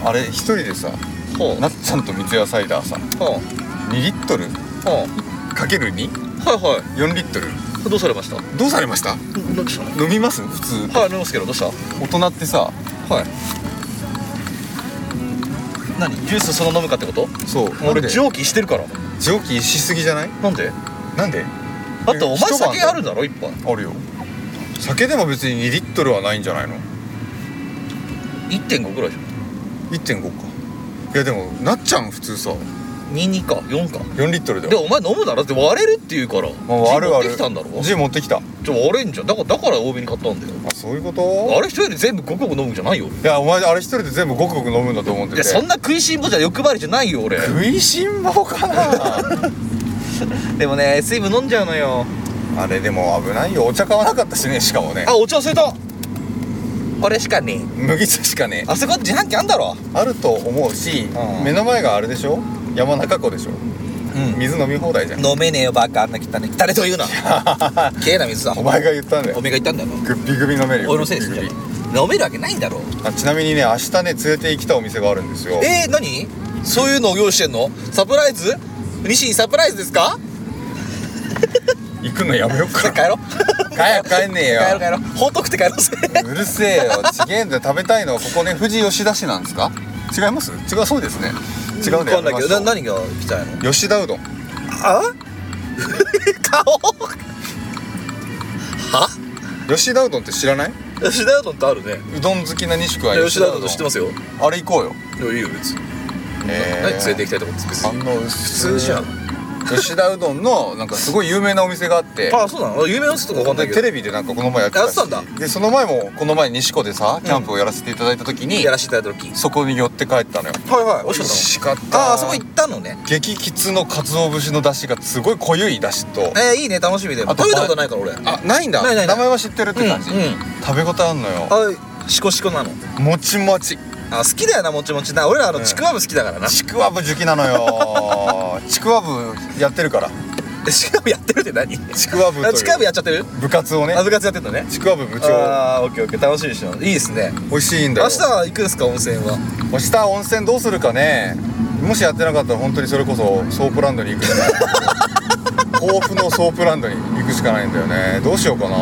B: あれ一人でさ
D: ほう
B: なっちゃんと三ツ矢サイダーさ
D: ほう
B: 2リットル
D: ほう
B: かける24
D: はいは
B: リットル
D: いどうされました
B: どうされました
D: どうした
B: 飲みます普通
D: はい飲みますけどどうした
B: 大人ってさ
D: はい何ジュースその飲むかってこと
B: そう
D: 俺
B: なんで
D: 蒸気してるから
B: 蒸気しすぎじゃない
D: なんで
B: なんで
D: だってお前
B: 一晩
D: 酒あるんだろ一杯
B: あるよ酒でも別に2リットルはないんじゃないの
D: 1.5ぐらいじゃん
B: 1.5かいやでもなっちゃん普通さ
D: 22か4か
B: 4リットルだ
D: で
B: よ
D: お前飲むならだって割れるって言うから
B: まあ割
D: 持
B: る
D: っ
B: 割
D: て
B: る
D: きたんだろ
B: ジン持ってきた
D: じゃあ割れんじゃんだからだから多めに買ったんだよ
B: あそういうこと
D: あれ一人で全部ごくごく飲むんじゃないよ
B: いやお前あれ一人で全部ごくごく飲むんだと思って
D: い
B: て
D: やそんな食いしん坊じゃ欲張りじゃないよ俺
B: 食いしん坊かな
D: でもね水分飲んじゃうのよ
B: あれでも危ないよお茶買わなかったしねしかもね
D: あお茶忘れたこれしかねえ
B: 麦茶しかね
D: あそこ自販機あんだろ
B: あると思うし、
D: うん
B: 目の前があれでしょ山中湖でしょ、
D: うん
B: 水飲み放題じゃん
D: 飲めねえよバカあんな汚ね汚ねと言うな綺麗な水だ
B: お前が言ったんだ
D: お
B: よ
D: めえが言ったんだろ
B: グッビグビ飲めるよ
D: 俺のせいです
B: グ
D: じ
B: ッ
D: ゃ
B: ビグビ
D: あ飲めるわけないんだろ
B: あちなみにね明日ね連れてきたお店があるんですよ
D: えー、何そういうのを用意してんのサプライズ西にサプライズですか
B: 行くのやめよう
D: 帰
B: か
D: ろう
B: 早く帰んね
D: 帰
B: えよ
D: ろう帰ろう放っとくって帰ろうぜ
B: うるせえよちげえんだよ食べたいのはここね富士吉田市なんですか違います違うそうですね違うんだ
D: わか
B: よ
D: んないけどな
B: やめまし
D: 何が来たいの
B: ょう吉田うどん
D: あ顔は
B: 吉田うどんって知らない
D: 吉田うどんってあるね
B: うどん好きな西君はい
D: や吉田うどんって知ってますよ
B: あれ行こうよ
D: いやいいよ別に
B: えー
D: 何連れて行きたいと思って別
B: あ
D: に
B: の普
D: 普通じゃん
B: 吉田うどんのなんかすごい有名なお店があって
D: あそうなの有名な人とかわかんないけ
B: テ
D: ど
B: レビでなんかこの前やってたし
D: やってたん
B: でその前もこの前西湖でさキャンプをやらせていただいた時に、
D: やらせていただいた時
B: そこに寄って帰ったのよ
D: はいはい美
B: 美
D: 味
B: 味
D: し
B: し
D: かっ
B: かったた
D: ああそこ行ったのね
B: 激キツの鰹節の出汁がすごい濃ゆい出汁と
D: えー、いいね楽しみで
B: あと
D: 食べたことないから俺
B: あないんだ
D: ないないない
B: 名前は知ってるって感じ、
D: うんうん
B: 食べ応えあんのよ
D: あシコシコなの
B: もちもち
D: あ好きだよなもちもちな俺らあのちくわぶ好きだからな、
B: ちくわぶ好きな のよちくわぶやってるから
D: えちくわぶやってるって何
B: ちくわぶと
D: あ
B: いう
D: ちくわぶやっちゃってる
B: 部活をね
D: あ部活やってんのね
B: ちくわぶ部長
D: ああオッケーオッケー楽しみにしてますいいですね
B: 美味しいんだよ
D: 明日は行くんですか温泉は
B: 明日温泉どうするかねもしやってなかったら本当にそれこそソープランドに行く しかない豊富のソープランドに行くしかないんだよねどうしようかな、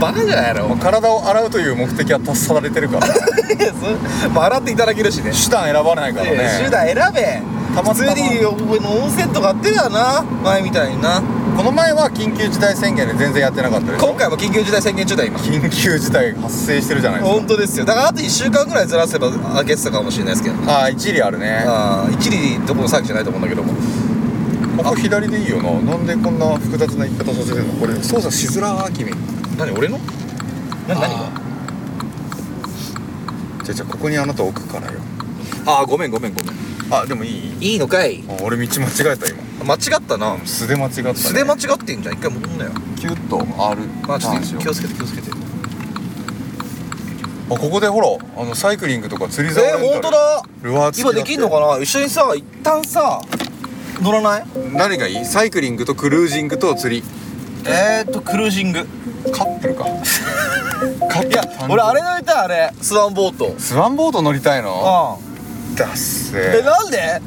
D: バカじゃない の
B: まあ体を洗うという目的は達されてるから
D: まあ洗っていただけるしね
B: 手段選ばないからね、
D: えー 手段選べ
B: たまたま
D: 普通におの温泉とかやってるよな前みたいにな
B: この前は緊急事態宣言で全然やってなかったでしょ
D: 今回も緊急事態宣言中だよ今
B: 緊急事態が発生してるじゃないです
D: 本当ですよだからあと1週間ぐらいずらせば開けてたかもしれないですけど
B: かああ一理あるね
D: ああ一理どこの詐欺じゃないと思うんだけども
B: ここ左でいいよななんでこんな複雑な言い方させてるのこれ操作しづらー君
D: 何俺の何何が
B: じゃあじゃあここにあなた置くからよ
D: ああごめんごめんごめん
B: あでもいい
D: いいのかい
B: あ俺道間違えた今
D: 間違ったな
B: 素で間違った、ね、
D: 素で間違ってんじゃん一回戻んなよ
B: キュッと R
D: まあちょっ
B: ターンし
D: と
B: よ
D: 気をつけて気をつけて
B: うあここでほらあのサイクリングとか釣り竿
D: えー、
B: レンタル
D: 本当だ
B: ルアー付
D: 今
B: きだ
D: で
B: って
D: きんのかな一緒にさ一旦さ乗らない
B: 何がいいサイクリングとクルージングと釣り
D: えー、っとクルージングい
B: カッ プルかカップル
D: や
B: 誕生
D: 俺あれ乗りたいあれスワンボート
B: スワンボート乗りたいの
D: う
B: だっせ
D: んえなんで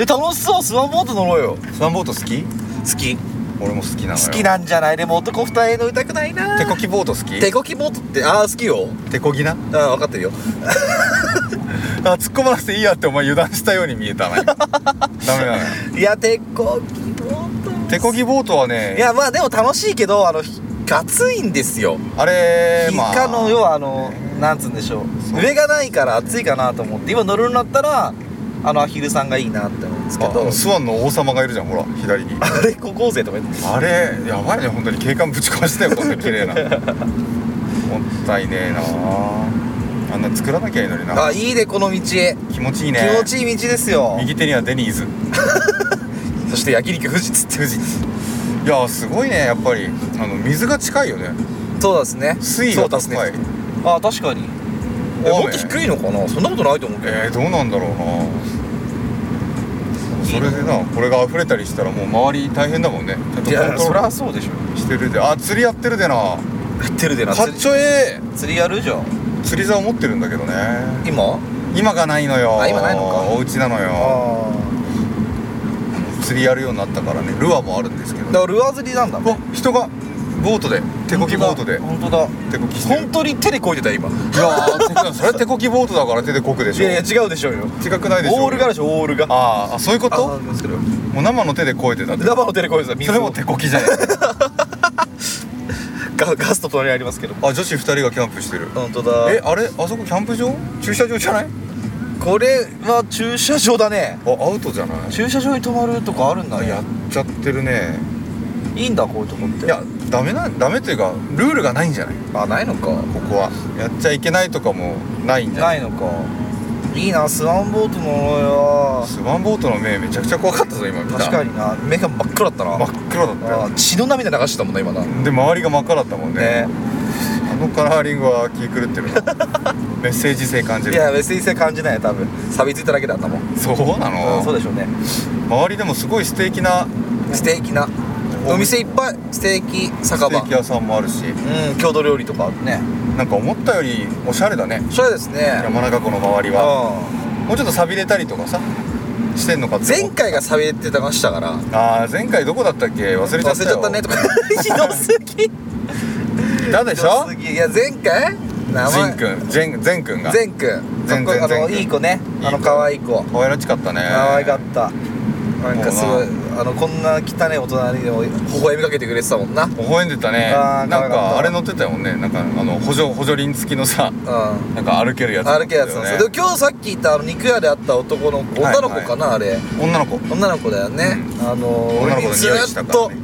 D: え楽しそうスワンボート乗ろうよ
B: スワンボート好き
D: 好き
B: 俺も好きなのよ
D: 好きなんじゃないでも男二人乗りたくないな
B: 手こきボート好き
D: 手こきボートってああ好きよ
B: 手こぎな
D: うん分かってるよ
B: あ突っ込まなくていいやってお前油断したように見えたな 今ダメだね
D: いや手こきボート
B: 手こぎボートはね
D: いやまあでも楽しいけどあのひガツいんですよ
B: あれ
D: イ
B: まあ
D: カの要はあのなんつうんでしょう上がないから暑いかなと思って今乗るんだったらあのアヒルさんがいいなって思うんですけど
B: あスワンの王様がいるじゃんほら 左に
D: あれ高校生とか言って
B: あれやばいね本当に景観ぶち壊したよこんな綺 麗なもったいねえなあんな作らなきゃいいのにな
D: あいいねこの道、
B: 気持ちいいね
D: 気持ちいい道ですよ
B: 右手にはデニーズ
D: そして焼肉富士っつって富士
B: いやすごいねやっぱりあの水が近いよね
D: そうですね
B: 水位
D: そう
B: が
D: ですね
B: 高い、
D: あ確かにえ
B: 雨
D: もっと低いのかなそんなことないと思うけど、
B: えー、どうなんだろうなそれでなこれが溢れたりしたらもう周り大変だもんねちゃんと
D: いや
B: コン
D: そ
B: ト
D: り
B: ロー
D: ゃそうでしょ
B: ルしてるであ釣りやってるでなか
D: やってるでな釣
B: っ
D: り
B: ちょええ
D: 釣りやるじゃん
B: 釣り竿持ってるんだけどね
D: 今
B: 今がないのよ
D: あ今ないのか
B: お家なのよ
D: あ
B: 釣りやるようになったからねルアーもあるんですけ
D: だか
B: ど
D: らルアー釣りなんだ
B: うわ人がボートで手こきボートで
D: 本当だ
B: 手こきしてる
D: 本当に手でこいてた今
B: いやー手こそれは手こきボートだから手でこくで
D: い
B: しょ
D: やいや違うでしょうよ
B: 違くないでしょ
D: オールがあるでしょオールが
B: あーあそういうこと
D: あですけど
B: もう生の手でこいてたって
D: 生のテレコイズは
B: そ
D: 水
B: れ
D: を
B: も手こ きじゃねえ
D: ガガスト隣にありますけど
B: あ女子2人がキャンプしてる
D: 本当だ
B: えあれあそこキャンプ場駐車場じゃない
D: これは駐車場だね
B: あアウトじゃない
D: 駐車場に止まるとこあるんだ
B: あ
D: ね
B: やっちゃってるね
D: いいんだこういうとこって
B: いやダメなダメというかルールがないんじゃない
D: あないのか
B: ここはやっちゃいけないとかもないんじゃない
D: ないのかいいなスワンボートの呪いは
B: スワンボートの目めちゃくちゃ怖かったぞ今見た
D: 確かにな目が真っ暗だったな
B: 真っ黒だった
D: あ
B: よ
D: ー血の涙流してたもんな今なね
B: で周りが真っ赤だったもんねあのカラーリングは気 狂ってるなメッセージ性感じ
D: い
B: る
D: や別に性感じないよ多分錆びついただけだったもん、
B: そうな
D: うん、そう
B: の
D: でしょうね
B: 周りでもすごい素敵な
D: ステーキなお店いっぱいステーキ酒
B: ステ
D: 場
B: ーキ屋さんもあるし
D: うん郷土料理とかあるね
B: なんか思ったよりおしゃれだね
D: そうですね
B: 山中湖の周りは
D: う
B: もうちょっと寂れたりとかさしてんのか
D: ん
B: と思
D: 前
B: っ
D: 回が錆びれてましたから
B: ああ前回どこだったっけ忘れちゃ
D: 忘
B: っ
D: れ
B: た
D: ち
B: よ
D: ゃったねとかひどすぎひ
B: いたでしょ
D: どすぎいや前回名
B: ジン
D: 前
B: くんジェンジェンくんが
D: 前くんかっ
B: 前
D: こいいあ
B: 前前
D: の
B: 君
D: いい子ねあ
B: いい
D: の
B: 子
D: 可愛い子
B: 可愛らしかったね
D: 可愛かったなんかすごい
B: も
D: あのこんな汚い大人にでも微笑みかけてくれてたもんなうん
B: 微笑んでたね
D: あー可
B: な
D: 愛かった
B: んかあれ乗ってたよねなんかあの補助補助輪付きのさなんか歩けるやつ
D: 歩けるやつなんですよでも今日さっき言ったあの肉屋で会った男の子女の子かな、あれ
B: 女の子
D: 女の子だよね、あの
B: 女
D: 俺
B: の子
D: に
B: の
D: ず
B: 匂いした
D: っ
B: から
D: と
B: ね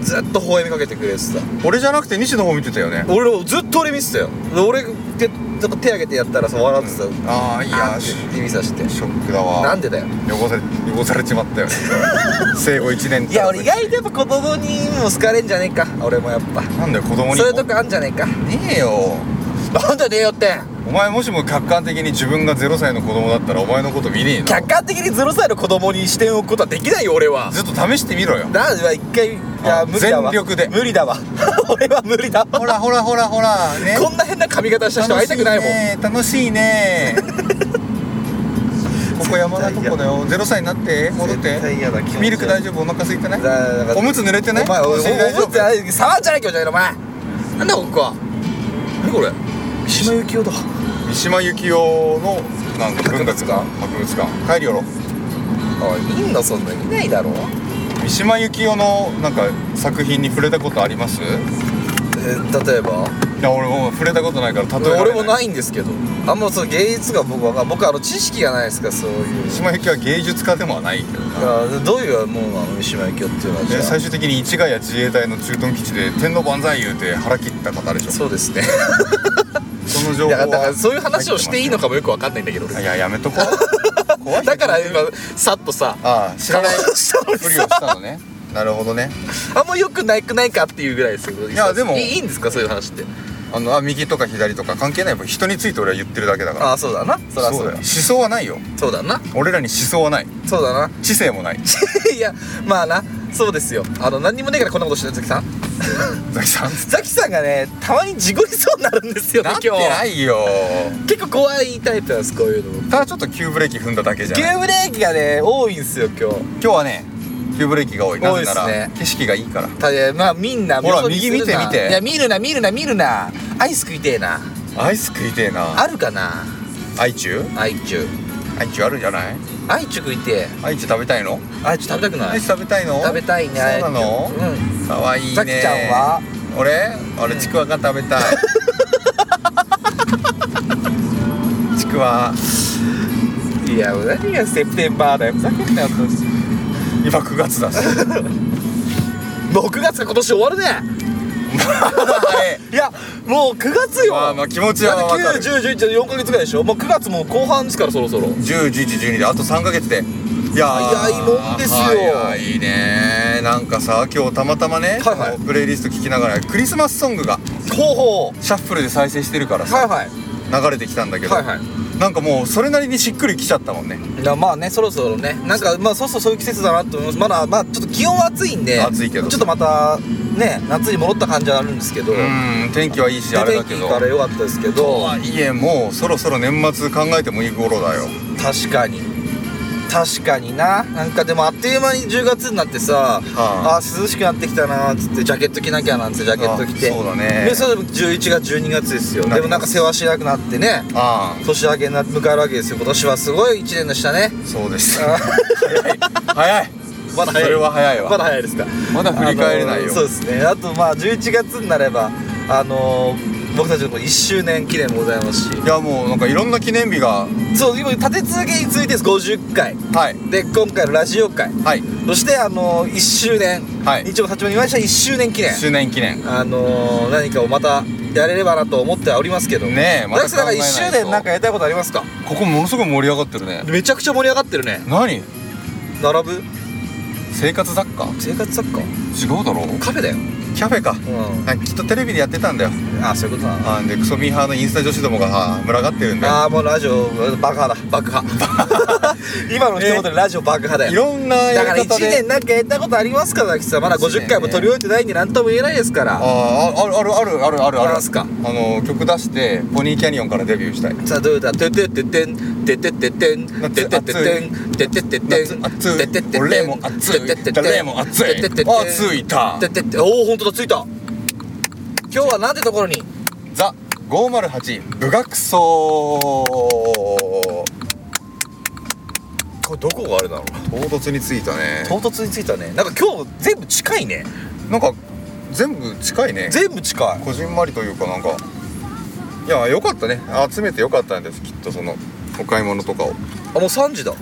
D: ずっと微笑みかけてくれてた
B: 俺じゃなくて西の方見てたよね
D: 俺をずっと俺見てたよで俺手なんか手挙げてやったらさ笑ってた、
B: ああいや
D: あ
B: ーシ
D: ーって指さして
B: ショックだわ
D: なんでだよ
B: 汚され汚されちまった よね生後1年
D: いや俺意外とやっぱ子供にも好かれんじゃねえか俺もやっぱ
B: なんだよ子供に
D: そういうとこあんじゃねえか
B: ねえよ
D: なんでねえよって
B: お前もしも客観的に自分が0歳の子供だったらお前のこと見ねえな
D: 客観的に0歳の子供に視点を置くことはできないよ俺は
B: ずっと試してみろよ
D: なんで一回いや
B: あ
D: 無理だわ
B: 全力で
D: 無理だわ俺は無理だわ
B: ほらほらほらほらね
D: こんな変な髪型した人会いたくないもん
B: 楽しいね楽しい ねここ山田とこだよ0歳になって戻って
D: 絶対嫌だ気持ち悪い
B: ミルク大丈夫お腹空いてない
D: だから
B: おむつ濡れてない
D: お前お
B: お尻
D: 前
B: 大丈
D: 思
B: 夫
D: ってない触んじゃない気持ち悪いなお前なんだここは何これ三島由紀夫だ
B: 三島由紀夫のなんか文学館博物館帰りよろ
D: おいいんのそんなにいないだろう
B: 三島由紀夫のなんか作品に触れたことありますい
D: えー例えば
B: や俺もう触れたことないから例えられ
D: 俺も
B: ない
D: ないんですけどあんまその芸術が僕は僕あの知識がないですからそういう
B: 三島由紀夫は芸術家でもはないけどな
D: あどういうものなの三島由紀夫っていうのはじゃ
B: で
D: あ
B: 最終的に市ヶ谷自衛隊の駐屯基地で天皇万歳言うて腹切った方でしょ そ
D: そうですね
B: の情
D: い
B: 報
D: や
B: は
D: だからそういう話をしていいのかもよくわかんないんだけど
B: あ
D: 俺
B: いややめとこ う怖い人
D: だから今さっとさ
B: ああ知らないふりを
D: したのにさ
B: したのねなるほどね
D: あんまよくないくないかっていうぐらいですけど
B: いやでも
D: いいんですかそういう話って
B: あのあ右とか左とか関係ないもん人について俺は言ってるだけだから
D: ああそうだなそりゃそうだ
B: 思想はないよ
D: そうだな
B: 俺らに思想はない
D: そうだな
B: 知性もな い
D: いやまあなそうですよあの何にもねえからこんなことしてるザキさん
B: ザキさん
D: ザキさんがねたまに事故りそうになるんですよね
B: なって
D: 今
B: な
D: 日
B: いよ
D: 結構怖いタイプなんですこういうの
B: ただちょっと急ブレーキ踏んだだけじゃ
D: 急
B: ない
D: ブレーキがね多いんですよ今日
B: 今日はね急ブレーキが多いなぜなら、
D: 多いっすね
B: 景色がいいから
D: ただまあみんな
B: ほら
D: よそ見するな
B: 右見て見て
D: いや見るな見るな見るなアイス食いてえな
B: アイス食いてえな
D: あるかな
B: 愛中
D: アイチュ
B: 愛中あるんじゃない
D: アイチュ食いてえ
B: 愛知食べたいの
D: アイチュ食べたくな
B: ア
D: い
B: イス食べたいの
D: 食べたいね
B: そうなの
D: アイチュうん
B: かわいいね
D: ザキちゃんは
B: 俺俺ちくわが食べ たいちくわ
D: いや何がセプテンバーだよふざけんなよ
B: 今9 月だし
D: 6月が今年終わるね
B: はい
D: いやもう9月よ
B: まあまあ気持ちはわかる
D: 91014ヶ月ぐらいでしょもう9月も後半ですからそろそろ
B: 101112であと3ヶ月でいやー
D: 早いもんですよ
B: 早いねなんかさ今日たまたまね、
D: はいはい
B: あのプレイリスト聞きながらクリスマスソングが
D: ほうほ
B: シャッフルで再生してるから
D: う
B: さ、
D: はいはい
B: 流れてきたんだけど、
D: はいはい
B: なんかもうそれなりにしっくりきちゃったもんね
D: いやまあねそろそろねなんかまあそろそろそういう季節だなと思いますまだまあちょっと気温は暑いんで
B: 暑いけど
D: ちょっとまたね夏に戻った感じはあるんですけど
B: うん天気はいいしあれだけ
D: 天
B: ど
D: 気から良かったですけ
B: と
D: ど
B: はいえもうそろそろ年末考えてもいい頃だよ
D: 確かに確かにななんかでもあっという間に10月になってさ、
B: あ
D: あー涼しくなってきたなーっつってジャケット着なきゃなんつってジャケット着て
B: あそうだね
D: でそれで11月12月ですよ
B: な
D: で
B: ります
D: もなんか世話しなくなってね
B: あ
D: 年明けになって迎えるわけですよ今年はすごい1年でした ね
B: あそうでした
D: あ
B: 早い 早い
D: まだ早い
B: それは早いわ
D: まだ早いですか
B: まだ振り返れないよ
D: あのーそうですねあとまあ11月になればあのー僕たちのこの1周年記念もございますし
B: いやもうなんかいろんな記念日が
D: そう今立て続けに続いてです50回
B: はい
D: で今回のラジオ回
B: はい
D: そしてあの1周年、
B: はい
D: 一応立ちも言いました1周年記念
B: 周年記念
D: あの何かをまたやれればなと思ってはおりますけど
B: ねえま
D: 大
B: た
D: 吉さん
B: 考
D: な
B: え
D: んか1周
B: ないと
D: 年なんかやりたいことありますか
B: ここものすごい盛り上がってるね
D: めちゃくちゃ盛り上がってるね
B: 何
D: 並ぶ
B: 生活雑貨
D: 生活雑貨
B: 違うだろ
D: カフェだよ
B: キャフェか
D: う
B: なんかきっとテレビでやってたんだよ
D: んあそういうことだな
B: あーでクソミーハーのインスタ女子どもがさ群がってるんだよ
D: あーもうラジオ爆破だ爆破今の一言でラジオ爆破だ
B: い
D: よ
B: ろんなや
D: だから
B: り
D: 1
B: 方で
D: 年なんかやったことありますか大吉さんまだ50回も取り終えてないんで何とも言えないですから
B: あーああるあるあるあるあ
D: あ
B: る
D: り
B: あ
D: ますか
B: の曲出してポニーキャニオンからデビューしたい
D: さあどうだててててんててててんててててんててててん
B: 夏暑い
D: ててててん
B: 俺も暑い
D: ててててん
B: 誰も暑い
D: ててててん
B: あついた
D: ててておお本当だついた今日はなんてところに
B: ザ508部学層これどこがあれなの唐突についたね
D: 唐突についたねなんか今日全部近いね
B: なんか全部近いね
D: 全部近い
B: こじんまりというかなんかいやよかったね集めてよかったんですきっとそのお買い物とかを
D: あもう3時だ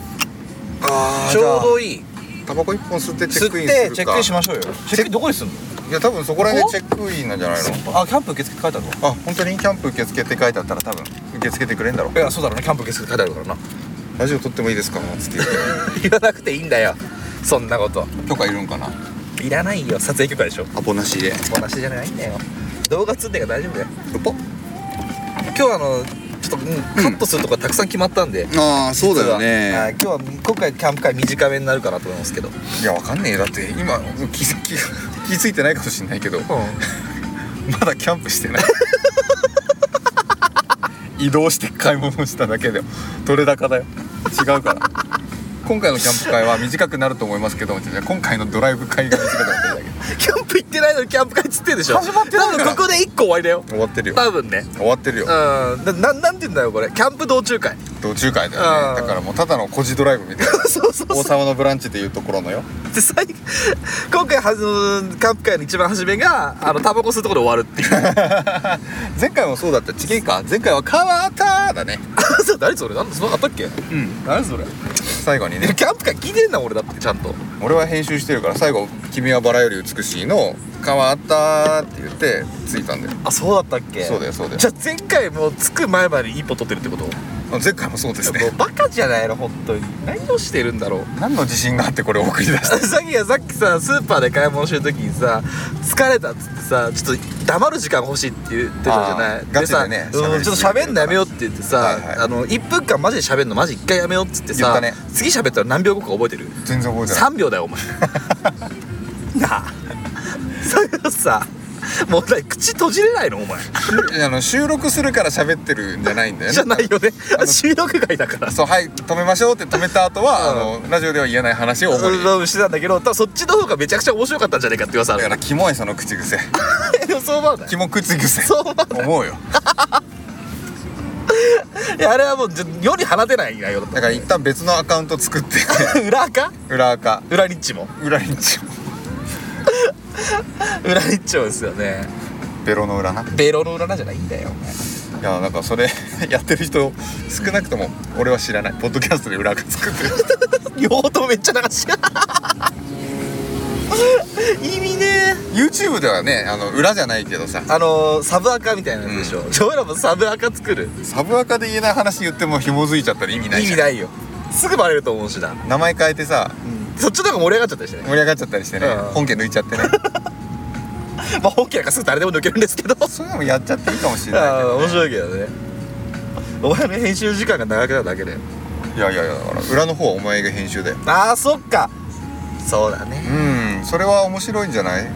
B: あ
D: ちょうどいい
B: タバコ1本吸ってチェ
D: 吸
B: ッ
D: っ
B: クインするか
D: てチェックインしましょうよチェックインどこにすんの
B: いや多分そこら辺で
D: こ
B: チェックインなんじゃないの
D: あキャンプ受付書いてあるの
B: あ本当にキャンプ受付って書いてあったら多分受付てくれんだろ
D: いやそうだろうねキャンプ受付書いてあるからな
B: ラジオ撮ってもいいですかつって言って
D: 言わなくていいんだよそんなこと
B: 許可いるんかない
D: らないよ撮影許可でしょ
B: アポなしで
D: お話じゃないんだよ動画撮ってから大丈夫だよ
B: うぽ
D: 今日はあのちょっと、うんカットするとこたくさん決まったんで、
B: ああそうだよ
D: 実ははい
B: ね
D: 今日は今回キャンプ会短めになるかなと思いますけど、
B: いやわかんねえよだって今気づ気気づいてないかもしれないけどまだキャンプしてない移動して買い物しただけで取れ高だよ違うから今回のキャンプ会は短くなると思いますけどじゃあ今回のドライブ会が短くなってるだけ
D: キャンプ行ってないのにキャンプ会っつってんでしょ
B: 始まってないから
D: 多分ここで一個終わりだよ
B: 終わってるよ
D: 多分ね
B: 終わってるよ
D: うんなななんて言うんだよこれキャンプ道中会
B: 道中会だよ
D: う
B: ね
D: ん
B: だからもうただの孤児ドライブみたいな
D: そうそう
B: 王
D: そう
B: 様のブランチでいうところのよ
D: で最後今回はずキャンプ会の一番初めがあのタバコ吸うところで終わるっていう
B: 前回もそうだったちげえか前回は川田だね
D: そう誰それなんだそんなのあったっけ
B: うん何それ最後に
D: で
B: ね
D: キャンプ会聞いてんな俺だってちゃんと
B: 俺は編集してるから最後「君はバラより美しい」の「変わった」って言ってついたんだよ
D: あそうだったっけ
B: そうだよそうだよ
D: じゃあ前回もう着く前まで一歩取ってるってこと
B: あ前回もそうです
D: も
B: ね
D: うバカじゃないの本当に何をしてるんだろう
B: 何の自信があってこれを送り出した
D: さっきがさっきさスーパーで買い物してる時にさ疲れたっつってさちょっと黙る時間欲しいって言ってたじゃない
B: あーガチでね
D: さ
B: 喋
D: う
B: り
D: ん、
B: す
D: ちょってと
B: ぎる
D: 喋
B: から
D: んのやめようって言ってさ、
B: はいはい
D: あの1分間マジで喋んのマジ1回やめようっつって
B: 言っ
D: さ
B: たね
D: 次喋ったら何秒後か覚えてる
B: 全然覚えてな
D: 3
B: い
D: 秒だよ お前なあそれをさもう何口閉じれないのお前
B: しあの収録するから喋ってるんじゃないんだよね
D: じゃないよね
B: あの
D: 収録外だから
B: そうはい止めましょうって止めた後は、あのラジオでは言えない話を主にだ
D: うんしてたんだけど多分そっちの方がめちゃくちゃ面白かったんじゃないかって噂ある
B: からキモいその口癖
D: でもそう思わない
B: キモ口癖
D: そう思わない
B: 思うよ
D: いやあれはもうじゃ世に放てない内容だっ
B: だから一旦別のアカウント作って
D: た裏垢
B: 裏垢
D: 裏ニッチも
B: 裏にち
D: 裏ニッチもですよね
B: ベロの裏ない
D: ベロの裏なんじゃないんだよ
B: やなんかそれ やってる人少なくとも俺は知らないポッドキャストで裏垢作ってる人
D: 両方ともめっちゃ流し意味ねえ
B: YouTube ではねあの裏じゃないけどさ
D: あのー、サブ垢みたいなやつでしょ、俺らもサブ垢作る
B: サブ垢で言えない話言っても紐づいちゃったら意味ない
D: 意
B: じゃ
D: 味ない
B: ん
D: よすぐバレると思うしな、
B: 名前変えてさ
D: そっちの方が盛り上がっちゃったりしてね
B: 盛り上がっちゃったりしてね
D: うん
B: 本家抜いち ゃってね
D: まあ本気なんかすぐ誰でも抜けるんですけど
B: そういうのもやっちゃっていいかもしれない
D: あ
B: け
D: あ
B: ど
D: 面白いけどねお前の編集時間が長くなるだけだよ
B: いやいやいやだから裏の方はお前が編集だよ
D: あーそっかそうだね
B: うんそれは面白いんじゃない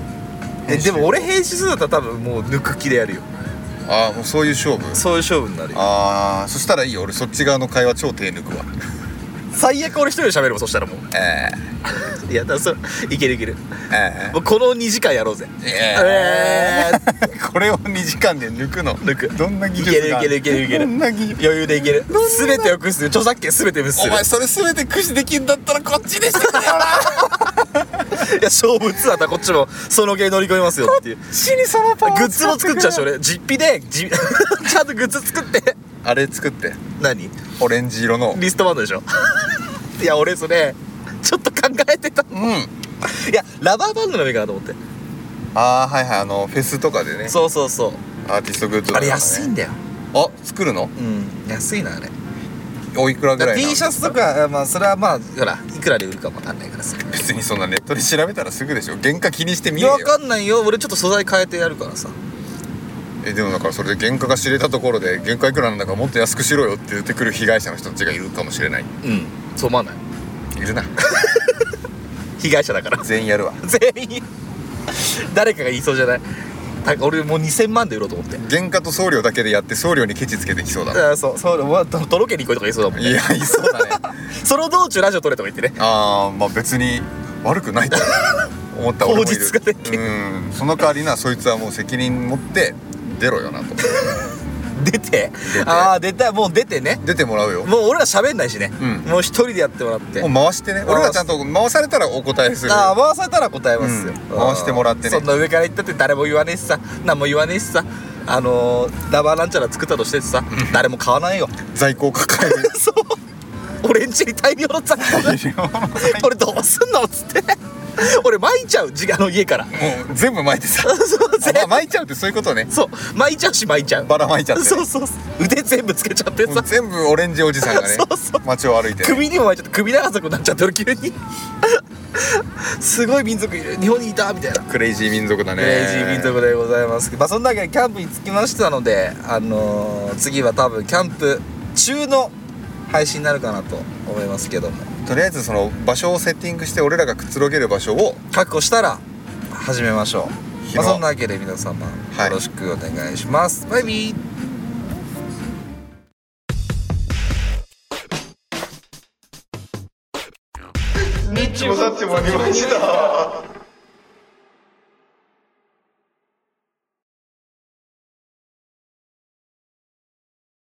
D: え
B: 編
D: で
B: 集
D: も俺編集するんだったら多分もう抜く気でやるよ
B: ああもうそういう勝負
D: そういう勝負になるよ
B: ああそしたらいいよ俺そっち側の会話超手抜くわ
D: 最悪俺一人で喋るもんそしたらもう
B: え
D: いやだからそれいけるいける
B: ええ
D: もうこの2時間やろうぜ
B: え
D: え
B: これを2時間で抜くの
D: 抜く
B: どんな技
D: いけ
B: 術
D: るい
B: が
D: けるいけるいける
B: どんな技術
D: 余裕でいける全てを無視する著作権全て無視す
B: お
D: る
B: 前それ全て駆使できるんだったらこっちでしてくれよな
D: いや勝負ツアーだこっちもその系乗り込みますよっていう
C: 死にそのパワー
D: グッズも作っちゃうし俺実費でじ ちゃんとグッズ作って
B: あれ作って
D: 何
B: オレンジ色の
D: リストバンドでしょ いや俺それちょっと考えてた
B: うん
D: いやラバーバンドの目かなと思って
B: ああはいはいあのフェスとかでね
D: そうそうそう
B: アーティストグッズとかね
D: あれ安いんだよ
B: あ作るの
D: うん 安いなあれ
B: おいくらぐらいなの
D: T シャツとかまあそれはまあほらいくらで売るかもわかんないからさ
B: 別にそんなネットで調べたらすぐでしょ原価気にして
D: い
B: みえ
D: や
B: よ
D: わかんないよ俺ちょっと素材変えてやるからさ
B: えでもだからそれで原価が知れたところで原価いくらなんだからもっと安くしろよって言ってくる被害者の人たちがいるかもしれない
D: うんそう思わない
B: いるな
D: 被害者だから
B: 全員やるわ
D: 全員誰かが言いそうじゃないた俺もう2000万で売ろうと思って
B: 原価と送料だけでやって送料にケチつけてきそ うだな
D: あそうそうまあととろけに行こうとか言いそうだもん
B: いや
D: ね
B: いそうだね
D: その道中ラジオ撮れとか言ってね
B: ああまあ別に悪くないと 思った俺もいる
D: 口実ができ
B: うんその代わりなそいつはもう責任持って出ろよ なと
D: 出てああ出たもう出てね
B: 出てもらうよ
D: もう俺ら喋んないしね、
B: うん
D: もう一人でやってもらって
B: もう回してね俺らちゃんと回されたらお答えする
D: ああ回されたら答えますよ、
B: うん回してもらってね
D: そんな上から言ったって誰も言わねえしさ何も言わねえしさあのー、ラバーなんちゃら作ったとしてさ、誰も買わないよ
B: 在庫を抱 える
D: そう俺んちに大量の雑貨がこれどうすんのっつって俺巻いちゃう時あの家から
B: もう全部巻いてさ
D: そう全
B: あまあ巻いちゃうってそういうことね
D: そう巻いちゃうし巻いちゃう
B: ばらまいちゃって
D: そうそうそう腕全部つけちゃって
B: も
D: さ
B: う全部オレンジおじさんがね
D: そうそう
B: 街を歩いて
D: 首にも巻いちゃって首長くなっちゃってる急にすごい民族いる日本にいたみたいな
B: クレイジー民族だね
D: クレイジー民族でございますまあそんなわけでキャンプに着きましたのであのー次は多分キャンプ中の配信になるかなと思いますけども
B: とりあえずその場所をセッティングして俺らがくつろげる場所を
D: 確保したら始めましょう、まあ、
B: 広
D: そんなわけで皆様よ
B: はい
D: ろしくお願いします、バイビー
B: ニッチもサッチもありました